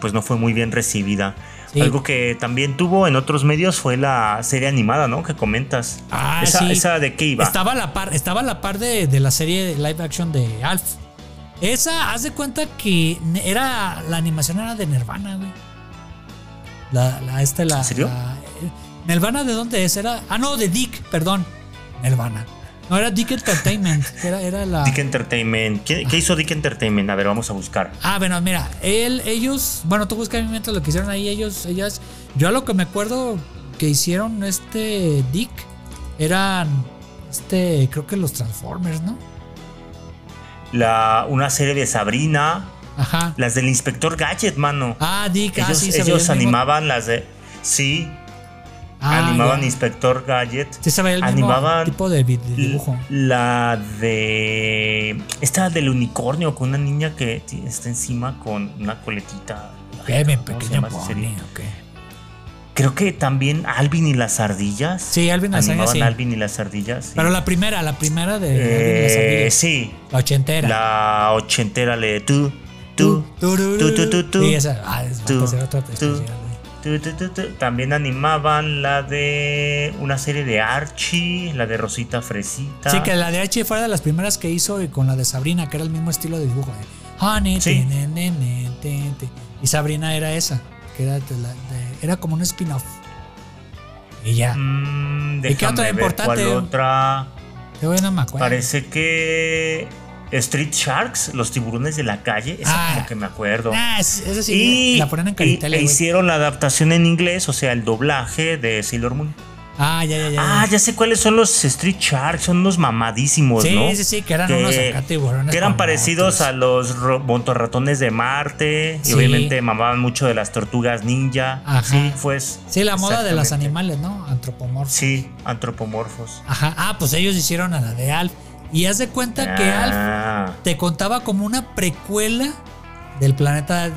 D: pues no fue muy bien recibida.
A: Sí.
D: Algo que también tuvo en otros medios fue la serie animada, ¿no? Que comentas.
A: Ah,
D: esa,
A: sí.
D: esa de qué iba.
A: Estaba a la par, estaba a la par de, de la serie live action de Alf. Esa, haz de cuenta que ne- era. La animación era de Nirvana, güey. La, la, este, la.
D: ¿En serio?
A: la- eh, ¿Nirvana de dónde es? Era. Ah, no, de Dick, perdón. Nirvana. No, era Dick Entertainment. (laughs) Era, era la.
D: Dick Entertainment. ¿Qué, qué hizo Dick Entertainment? A ver, vamos a buscar.
A: Ah, bueno, mira, él, ellos, bueno, tú busca en mi mente lo que hicieron ahí, ellos, ellas, yo a lo que me acuerdo que hicieron este Dick, eran, este, creo que los Transformers, ¿no?
D: La, una serie de Sabrina.
A: Ajá.
D: Las del Inspector Gadget, mano.
A: Ah, Dick, ah,
D: ellos
A: sí, se
D: ellos
A: veía el mismo-
D: animaban las de... Sí,
A: Ah,
D: animaban
A: ya.
D: Inspector Gadget.
A: Sí, se veía el mismo
D: animaban
A: tipo de, vi- de dibujo.
D: La de. Esta del unicornio con una niña que ti- está encima con una coletita.
A: Ok, mi
D: ¿Cómo se
A: pequeño
D: llama
A: pony,
D: esa serie?
A: ok.
D: Creo que también Alvin y las ardillas.
A: Sí, Alvin y las
D: Animaban
A: ardillas, sí.
D: Alvin y las ardillas. sí.
A: Pero la primera, la primera de, de las
D: Eh,
A: ardillas,
D: sí,
A: la ochentera.
D: la ochentera le de tú, tú, tú,
A: tururú.
D: tú, tú, tú, tú,
A: Sí, esa, ah, es
D: tú,
A: va a ser otra
D: tú,
A: especial, güey.
D: tú, tú, tú, tú. También animaban la de una serie de Archie, la de Rosita Fresita.
A: Sí, que la de H fue de las primeras que hizo y con la de Sabrina, que era el mismo estilo de dibujo. de Honey,
D: Sí.
A: tin, nin, nin, nin, tin, tin. Y Sabrina era esa, que era, de la- de- era como un spin-off. Y ya.
D: Mm,
A: ¿Y qué
D: déjame
A: otra
D: ver
A: importante?
D: cuál otra?
A: Te voy a me acuerdo.
D: Parece que Street Sharks, los tiburones de la calle, esa
A: Ah.
D: como que me acuerdo.
A: Ah, es- esa sí,
D: y
A: la ponen en
D: y-
A: Caritele,
D: e
A: güey.
D: hicieron la adaptación en inglés, o sea, el doblaje de Sailor Moon.
A: Ah, ya, ya, ya.
D: Ah, ya sé cuáles son los Street Sharks, son unos mamadísimos,
A: Sí,
D: ¿no?
A: sí, sí, que eran unos acá tiburones
D: que eran
A: con
D: parecidos
A: motos.
D: a los ro- montorratones de Marte, y
A: Sí.
D: obviamente mamaban mucho de las tortugas ninja.
A: Ajá.
D: Sí, pues.
A: Sí, la moda de los
D: exactamente.
A: animales, ¿no? Antropomorfos.
D: Sí, antropomorfos.
A: Ajá. Ah, pues ellos hicieron a la de Alf. Y haz de cuenta que Alf
D: Ah.
A: te contaba como una precuela del planeta de,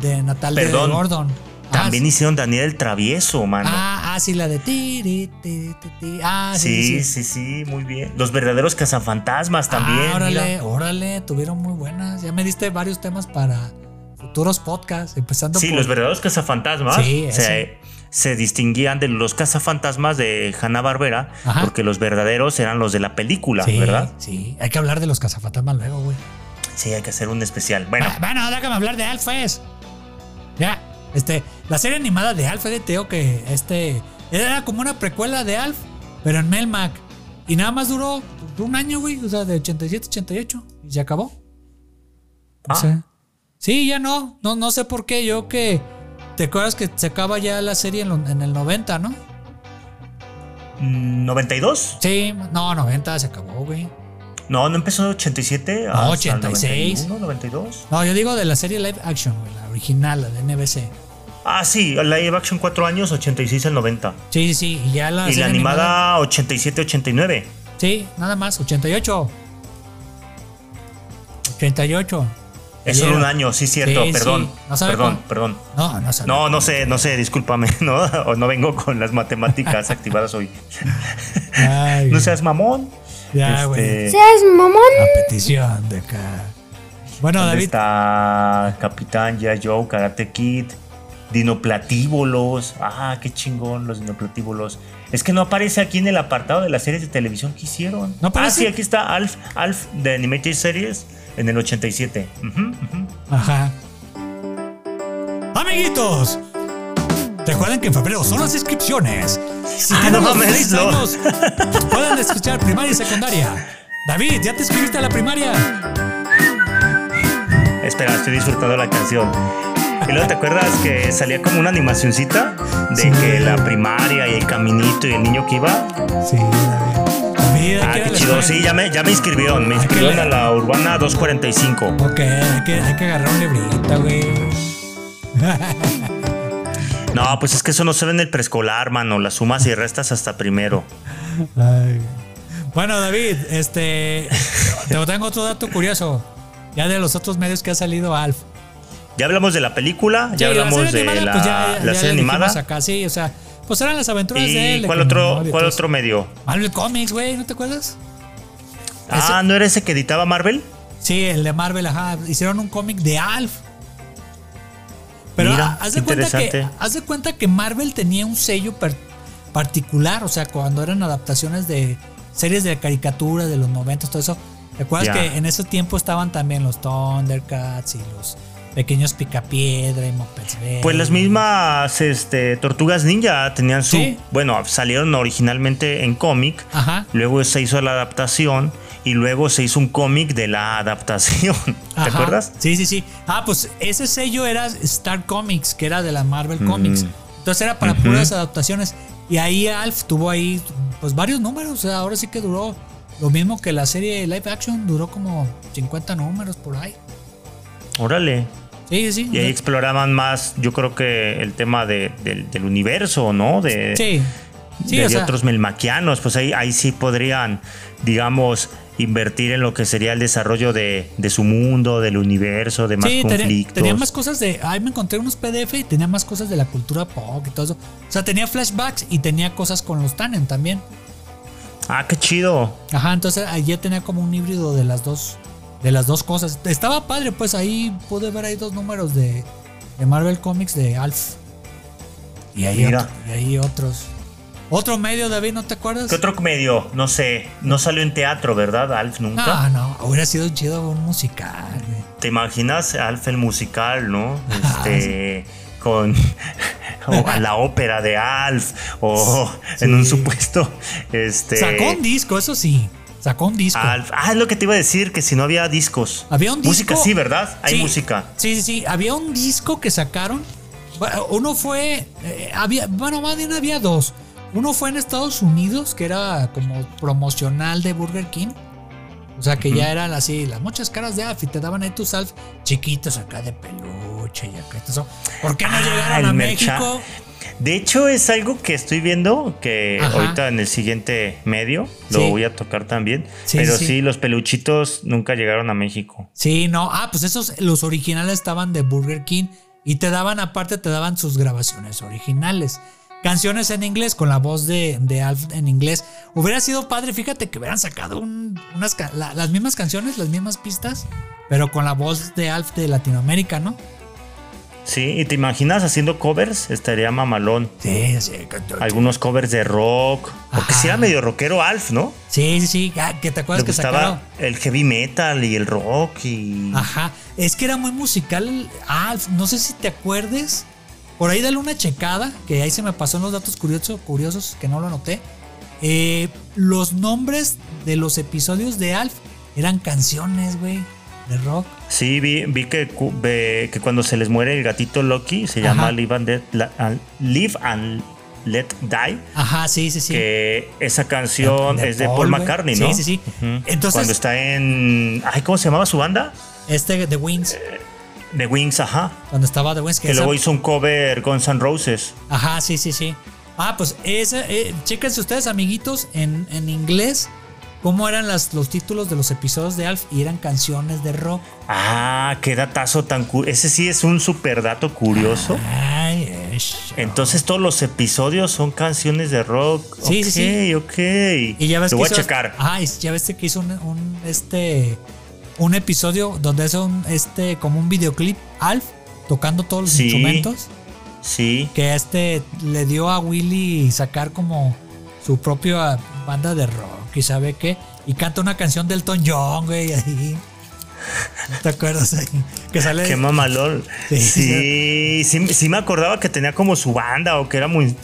A: de natal
D: Perdón.
A: de Gordon.
D: También
A: ah, sí.
D: hicieron Daniel el Travieso, mano.
A: ah, ah, sí, la de tiri, tiri, ti, ti. Ah, sí,
D: sí,
A: sí.
D: sí, sí, muy bien. Los verdaderos cazafantasmas también.
A: Ah, órale,
D: mira.
A: órale, tuvieron muy buenas. Ya me diste varios temas para futuros podcasts, empezando
D: Sí,
A: por
D: los verdaderos cazafantasmas
A: Sí,
D: se, se distinguían de los cazafantasmas de Hanna Barbera,
A: Ajá.
D: porque los verdaderos eran los de la película,
A: Sí,
D: ¿verdad?
A: Sí, hay que hablar de los cazafantasmas luego, güey.
D: Sí, hay que hacer un especial. Bueno,
A: Ah, Bueno, déjame hablar de Alf, pues. Ya, este, la serie animada de Alf, eh, te digo que este era como una precuela de Alf, pero en Melmac. Y nada más duró un año, güey, o sea, de 87, 88, y se acabó. O
D: Ah.
A: sea, sí, ya no, no, no sé por qué, yo que ¿Te acuerdas que se acaba ya la serie en, lo- en el 90, no?
D: Mm, ¿92?
A: Sí, no, 90 se acabó, güey.
D: No, no empezó 87. hasta
A: 86.
D: 91, 92.
A: No, yo digo de la serie live action, güey, la original, la de NBC.
D: Ah, sí, live action 4 años, 86 al 90.
A: Sí, sí, Ah, sí, y ya la
D: y
A: serie
D: la animada 87-89.
A: Sí, nada más, 88. 88.
D: Es solo un año, sí, cierto,
A: Sí, sí.
D: perdón.
A: No sabe
D: perdón,
A: cuál.
D: perdón.
A: No, no sabe.
D: No, no sé, no sé, discúlpame, (laughs) ¿no? O no vengo con
A: (laughs)
D: las matemáticas activadas hoy.
A: Ay,
D: No seas mamón.
A: Ya, güey.
D: Este,
F: ¿Seas mamón?
A: La petición de acá. Bueno,
D: ¿dónde
A: David,
D: está Capitán Ya Joe, Karate Kid, Dinoplatíbolos. Ah, qué chingón los Dinoplatíbolos. Es que no aparece aquí en el apartado de las series de televisión que hicieron.
A: ¿No aparece?
D: Ah, sí, aquí está Alf, Alf de Animated Series en el 87. Ujú, ujú.
A: Ajá. Amiguitos, recuerden que en febrero son las inscripciones. Si
D: Ah,
A: tienen
D: no
A: más de
D: mames,
A: 6
D: no.
A: años, pueden escuchar primaria y secundaria. David, ¿ya te inscribiste a la primaria?
D: Espera, estoy disfrutando la canción. Y luego te acuerdas que salía como una animacioncita de
A: Sí.
D: que la primaria y el caminito y el niño que iba.
A: Sí, David. David,
D: Ah,
A: hay que
D: qué
A: ir a la
D: chido.
A: escuela. Ah,
D: Sí, ya me, ya me inscribieron. Me
A: Hay que
D: inscribieron a
A: leer.
D: la Urbana 245.
A: Ok, hay que, hay que agarrar un librito, güey.
D: No, pues es que eso no se ve en el preescolar, mano. Las sumas y restas hasta primero.
A: Ay. Bueno, David, este. Te tengo otro dato curioso. Ya de los otros medios que ha salido Alf.
D: Ya hablamos de la película, ya
A: Sí, la
D: hablamos
A: serie
D: de
A: animada,
D: la,
A: pues ya- ya
D: la
A: le
D: serie
A: dijimos
D: animada.
A: acá, sí, o sea, pues eran las aventuras de él.
D: ¿Y
A: de
D: cuál
A: que
D: otro,
A: no, y
D: cuál
A: todo eso.
D: otro medio?
A: Marvel Comics, güey, ¿no te acuerdas?
D: Ah, ¿no era ese que editaba Marvel?
A: Sí, el de Marvel, ajá. Hicieron un cómic de Alf. Pero
D: Mira,
A: haz, de cuenta que,
D: interesante.
A: haz de cuenta que Marvel tenía un sello per- particular, o sea, cuando eran adaptaciones de series de caricatura de los 90, todo eso. ¿Te acuerdas
D: Ya.
A: que en ese tiempo estaban también los Thundercats y los pequeños Picapiedra y Mopeds
D: Pues las mismas este, Tortugas Ninja tenían su...
A: Sí.
D: Bueno, salieron originalmente en cómic,
A: Ajá.
D: luego se hizo la adaptación y luego se hizo un cómic de la adaptación. ¿Te
A: Ajá.
D: acuerdas?
A: Sí, sí, sí. Ah, pues ese sello era Star Comics, que era de la Marvel
D: Mm.
A: Comics. Entonces era para puras adaptaciones. Y ahí Alf tuvo ahí, pues varios números. O sea, ahora sí que duró lo mismo que la serie live action, duró como 50 números por ahí.
D: Órale.
A: Sí, sí, sí.
D: Y ahí exploraban más, yo creo que el tema de- del, del universo, ¿no? De,
A: sí. Sí,
D: de,
A: o sea,
D: otros melmaquianos. Pues ahí, ahí sí podrían, digamos, invertir en lo que sería el desarrollo de, de su mundo, del universo, de más
A: sí, tenía-
D: conflictos.
A: tenía más cosas de. Ahí me encontré unos PDF y tenía más cosas de la cultura pop y todo eso. O sea, tenía flashbacks y tenía cosas con los Tannen también.
D: Ah, qué chido.
A: Ajá, entonces allí tenía como un híbrido de las dos de las dos cosas. Estaba padre, pues ahí pude ver ahí dos números de, de Marvel Comics de Alf. Y ahí,
D: Mira.
A: otro- y ahí otros. Otro medio, David, ¿no te acuerdas?
D: ¿Qué otro medio? No sé, no salió en teatro, ¿verdad, Alf? Nunca.
A: No, no, hubiera sido chido un musical. güey.
D: ¿Te imaginas Alf el musical, no?
A: Ah,
D: Este, con (laughs) o a la ópera de Alf o en un supuesto este
A: Sacó un disco, eso sí. Sacó un disco.
D: Alf. Ah, es lo que te iba a decir que si no había discos.
A: Había un
D: música
A: disco-
D: sí, ¿verdad? Hay
A: Sí,
D: música.
A: Sí, sí, sí. Había un disco que sacaron. Bueno, Uno fue. eh, había, bueno, más bien había dos. Uno fue en Estados Unidos, que era como promocional de Burger King. O sea, que ya eran así, las muchas caras de Alf y te daban ahí tus Alf chiquitos acá de peluche y acá. Entonces, ¿Por qué no
D: Ah,
A: llegaron
D: el
A: a
D: mercha.
A: México?
D: De hecho, es algo que estoy viendo que
A: Ajá.
D: ahorita en el siguiente medio lo
A: Sí.
D: voy a tocar también.
A: Sí,
D: pero
A: sí.
D: sí. los peluchitos nunca llegaron a México.
A: Sí, no. Ah, pues esos, los originales estaban de Burger King y te daban, aparte, te daban sus grabaciones originales. Canciones en inglés con la voz de, de Alf en inglés. Hubiera sido padre, fíjate que hubieran sacado un- unas, ca- la- las mismas canciones, las mismas pistas, pero con la voz de Alf de Latinoamérica, ¿no?
D: Sí, y te imaginas haciendo covers, estaría mamalón.
A: Sí, sí. que-
D: Algunos covers de rock. Porque
A: Ajá.
D: si era medio rockero Alf, ¿no?
A: Sí, sí, sí. ah, que te
D: Le
A: acuerdas que sacaron.
D: gustaba el heavy metal y el rock y.
A: Ajá, es que era muy musical. Alf, no sé si te acuerdes. Por ahí dale una checada, que ahí se me pasó en los datos curioso- curiosos que no lo noté. Eh, los nombres de los episodios de Alf eran canciones, güey. de rock.
D: Sí, vi, vi que, cu- ve- que cuando se les muere el gatito Loki, se llama
A: Ajá.
D: Live and, Let- La- and- Live and Let Die,
A: Ajá, sí, sí, sí.
D: que esa canción es de Paul
A: güey.
D: McCartney,
A: Sí,
D: ¿no?
A: sí, sí.
D: Ujú.
A: Entonces-
D: Cuando está en... Ay, ¿Cómo se llamaba su banda?
A: Este The Wings,
D: The Wings, ajá.
A: cuando estaba The Wings.
D: Eh, Que
A: esa-
D: luego hizo un cover Guns N' Roses.
A: Ajá, sí, sí, sí. Ah, pues esa, eh, chéquense ustedes, amiguitos, en, en inglés, cómo eran las, los títulos de los episodios de Alf y eran canciones de rock.
D: Ah, qué datazo tan curioso. Ese sí es un super dato curioso.
A: Ay, eh, es-
D: Entonces todos los episodios son canciones de rock.
A: Sí,
D: ok,
A: sí, sí.
D: ok.
A: Y ya ves
D: Lo
A: que
D: voy a
A: hizo-
D: checar.
A: Ah, y ya ves que hizo un, un, este un episodio donde es un este como un videoclip Alf tocando todos los
D: Sí.
A: instrumentos
D: Sí.
A: que este le dio a Willy sacar como su propia banda de rock y sabe qué y canta una canción del Elton John, güey, (laughs) ahí. ¿No ¿Te acuerdas? ahí? Que sale
D: Qué mamalón.
A: Sí.
D: Sí sí, sí, me acordaba que tenía como su banda o que era muy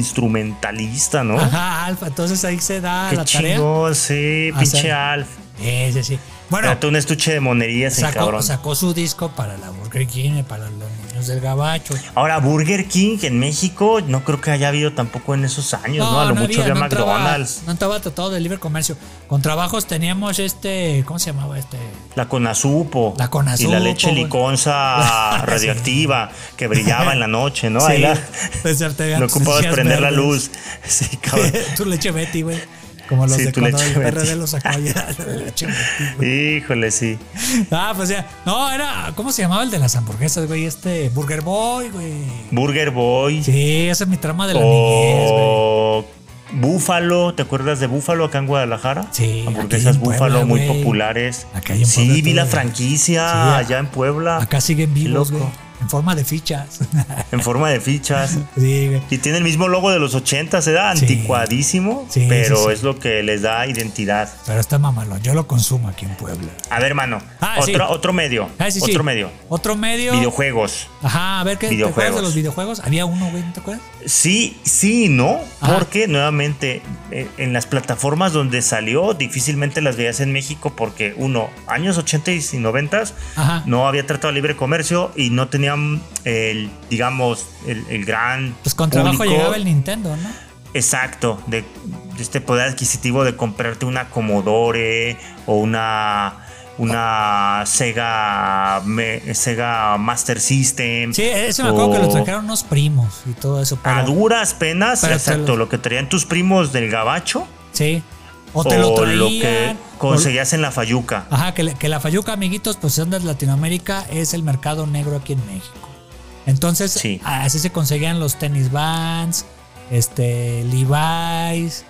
D: multi-instrumentalista, ¿no?
A: Ajá, Alf, entonces ahí se da
D: Qué
A: Ah, la tarea.
D: chingón, sí,
A: Hacer-
D: pinche Alf.
A: Sí, sí, sí. Bueno,
D: Trata un estuche de monerías, el
A: sacó,
D: cabrón.
A: sacó su disco para la Burger King, y para los niños del gabacho.
D: Ahora, Burger King en México, no creo que haya habido tampoco en esos años, ¿no? A lo mucho había
A: no entraba-
D: McDonald's,
A: no estaba tratado de libre comercio. Con trabajos teníamos este, ¿cómo se llamaba este?
D: la Conazupo.
A: La Conasupo,
D: Y la leche
A: güey.
D: liconza
A: (laughs) Sí.
D: radioactiva que brillaba en la noche, ¿no? Ahí
A: Sí, (laughs)
D: la-
A: pues, ya te-
D: no ocupabas
A: ya
D: prender la
A: verdes. (laughs)
D: luz. (laughs) Sí, cabrón.
A: tu leche Betty, güey. Como los
D: Sí,
A: de
D: tu
A: cuando
D: leche
A: el PRD
D: Betty.
A: los sacó ya.
D: (laughs)
A: la leche Betty, güey.
D: Híjole, sí.
A: Ah, pues ya. No, era, ¿cómo se llamaba el de las hamburguesas, güey? Este, Burger Boy, güey.
D: Burger Boy.
A: Sí, esa es mi trama
D: Oh.
A: de la niñez, güey.
D: o Búfalo, ¿te acuerdas de Búfalo acá en Guadalajara?
A: Sí,
D: Hamburguesas
A: aquí en Puebla,
D: Búfalo muy
A: güey.
D: populares.
A: Acá en Puebla
D: Sí, vi la
A: todavía.
D: franquicia
A: Sí,
D: allá en Puebla.
A: Acá siguen vivos,
D: Loco.
A: güey. En forma de fichas. (laughs)
D: En forma de fichas.
A: sí, güey.
D: Y tiene el mismo logo de los 80, se da
A: Sí.
D: anticuadísimo,
A: Sí,
D: pero
A: sí, sí.
D: es lo que les da identidad.
A: Pero está mamalón. Yo lo consumo aquí en Puebla.
D: A ver, hermano,
A: Ah,
D: otro,
A: sí.
D: otro medio.
A: Ah, sí, sí.
D: otro medio.
A: Otro medio.
D: Videojuegos.
A: Ajá, a ver qué te
D: Videojuegos.
A: acuerdas de los videojuegos. Había uno, güey, ¿no te acuerdas?
D: Sí, sí, y no,
A: Ajá.
D: porque nuevamente eh, en las plataformas donde salió difícilmente las veías en México porque uno, años 80 y 90
A: Ajá.
D: no había tratado de libre comercio y no tenían el, digamos, el, el gran
A: Pues con trabajo
D: público
A: llegaba el Nintendo, ¿no?
D: exacto de, de este poder adquisitivo de comprarte una Commodore o una una Sega me- Sega Master System.
A: Sí, eso me acuerdo que lo
D: o-
A: trajeron unos primos y todo eso. pero-
D: a duras penas,
A: Pero te
D: exacto,
A: lo-
D: lo que traían tus primos del gabacho
A: Sí. O te lo traían.
D: que
A: o-
D: conseguías en la fayuca.
A: Ajá, que, le- que la Fayuca, amiguitos, pues son de Latinoamérica, es el mercado negro aquí en México. Entonces,
D: Sí.
A: así se conseguían los tenis vans, este, Levi's.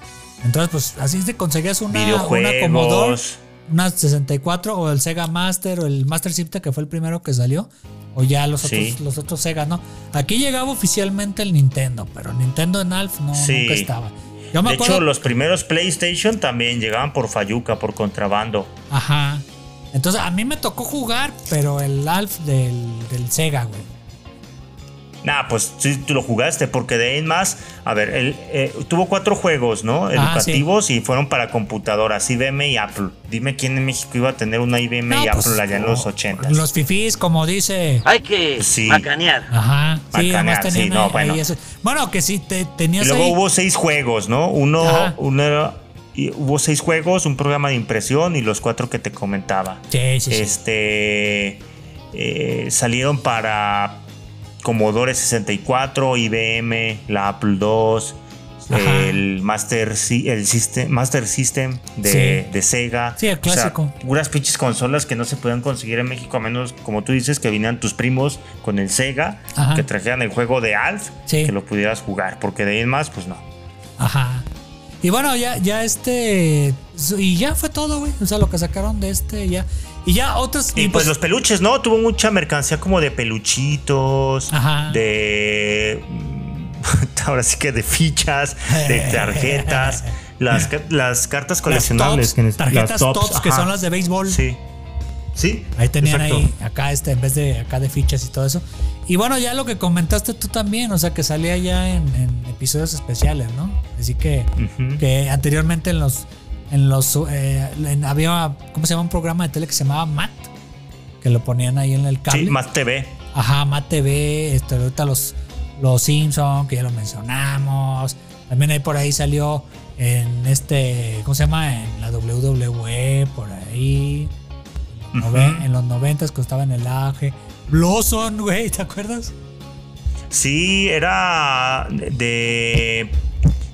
A: Entonces, pues así te conseguías una, una
D: Videojuegos.
A: Commodore, una 64 o el Sega Master o el Master System que fue el primero que salió. O ya los otros,
D: Sí.
A: los otros Sega, ¿no? Aquí llegaba oficialmente el Nintendo, pero Nintendo en Alf no,
D: Sí.
A: nunca estaba. Yo me
D: de
A: acuerdo.
D: hecho, los primeros PlayStation también llegaban por fayuca, por contrabando.
A: Ajá. Entonces, a mí me tocó jugar, pero el Alf del, del Sega, güey.
D: Nah, pues sí, tú lo jugaste, porque de ahí en más, a ver, él eh, tuvo cuatro juegos,
A: Ah,
D: ¿no? Educativos y fueron para computadoras, IBM y Apple. Dime quién en México iba a tener una IBM
A: No,
D: y
A: pues,
D: Apple allá en los 80.
A: Los fifís, como dice.
E: Hay que
D: Sí.
E: macanear.
A: Ajá. Sí,
D: Bacanear,
A: además tenían
D: sí, no,
A: ahí
D: bueno.
A: eso. Bueno, que sí, te,
D: Y
A: tenías
D: luego
A: ahí.
D: hubo seis juegos, ¿no? Uno,
A: Ajá.
D: uno era- y hubo seis juegos, un programa de impresión y los cuatro que te comentaba.
A: Sí, sí, sí.
D: Este eh, salieron para Commodore 64, IBM, la Apple II,
A: Ajá.
D: el Master Si- el System, Master System de,
A: Sí.
D: de Sega.
A: Sí, el
D: O sea,
A: clásico.
D: unas pinches consolas que no se podían conseguir en México, a menos, como tú dices, que vinieran tus primos con el Sega,
A: Ajá.
D: que trajeran el juego de Alf,
A: Sí.
D: que lo pudieras jugar, porque de ahí en más, pues no.
A: Ajá. Y bueno, ya, ya este. Y ya fue todo, güey. O sea, lo que sacaron de este, ya. Y ya otros.
D: Y pues los peluches, ¿no? Tuvo mucha mercancía como de peluchitos,
A: Ajá.
D: de. mm, (laughs) Ahora sí que de fichas,
A: (laughs)
D: de tarjetas, las, ca- las cartas coleccionables.
A: tops,
D: que- las
A: tarjetas tops, que
D: ajá.
A: son las de béisbol.
D: Sí. Sí.
A: Ahí tenían
D: exacto.
A: ahí, acá este, en vez de acá de fichas y todo eso. Y bueno, ya lo que comentaste tú también, o sea, que salía ya en, en episodios especiales, ¿no? Así que,
D: Ujú.
A: que anteriormente en los en los eh, en- había cómo se llama un programa de tele que se llamaba Mat que lo ponían ahí en el cable
D: Sí, más TV.
A: ajá Mat TV este, ahorita los los Simpson que ya lo mencionamos también ahí por ahí salió en este cómo se llama en la WWE por ahí en los noven- en los noventas que estaba en el AG Blossom güey te acuerdas
D: Sí, era de.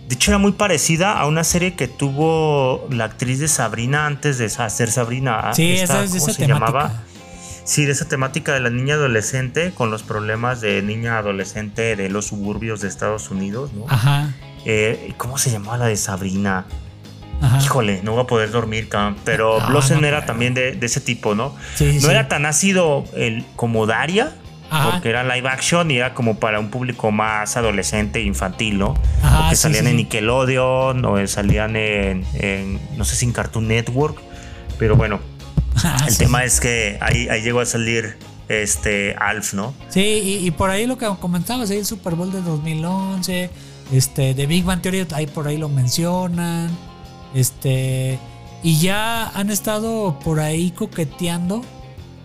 D: De hecho, era muy parecida a una serie que tuvo la actriz de Sabrina antes de hacer Sabrina.
A: sí
D: Ah,
A: esa
D: Esta,
A: es
D: ¿cómo
A: esa
D: se
A: temática
D: llamaba? Sí, de esa temática de la niña adolescente con los problemas de niña adolescente de los suburbios de Estados Unidos, ¿no?
A: ajá
D: Eh, ¿Cómo se llamaba la de Sabrina?
A: ajá
D: Híjole, no voy a poder dormir, cabrón. Pero
A: No,
D: Blossom
A: Ah. no
D: era
A: creo.
D: también de, de ese tipo, ¿no?
A: Sí, sí,
D: no
A: sí.
D: era tan ácido el, como Daria,
A: Ajá.
D: porque era live action y era como para un público más adolescente, infantil, ¿no?
A: Ajá,
D: porque
A: Ah, sí,
D: salían
A: sí,
D: en
A: sí.
D: Nickelodeon o eh, salían en, en, no sé si en Cartoon Network, pero bueno,
A: (laughs) Ah,
D: el
A: sí,
D: tema es que ahí, ahí llegó a salir este Alf, ¿no?
A: Sí, y, y por ahí lo que comentabas, ahí el Super Bowl de 2011, este, de Big Bang Theory, ahí por ahí lo mencionan, este, y ya han estado por ahí coqueteando.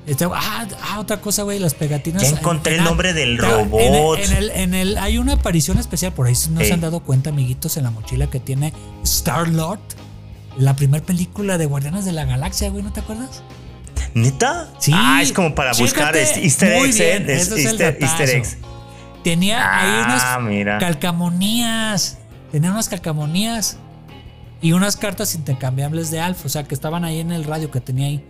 A: Este, ah, ah, otra cosa, güey, las pegatinas.
D: Ya encontré el nombre del
A: pero en-
D: robot.
A: En, el, en el- hay una aparición especial por ahí, si no
D: Ey.
A: se han dado cuenta, amiguitos, en la mochila que tiene Star-Lord, la primera película de Guardianes de la Galaxia, güey, ¿no te acuerdas?
D: ¿Neta?
A: Sí.
D: Ah, es como para
A: Chécate.
D: buscar este- easter
A: Muy
D: eggs,
A: bien,
D: ¿eh? Es
A: eso es el
D: easter-
A: datazo.
D: easter eggs.
A: Tenía ahí unas
D: Ah, mira.
A: calcamonías. Tenía unas calcamonías. Y unas cartas intercambiables de Alf. O sea, que estaban ahí en el radio que tenía ahí.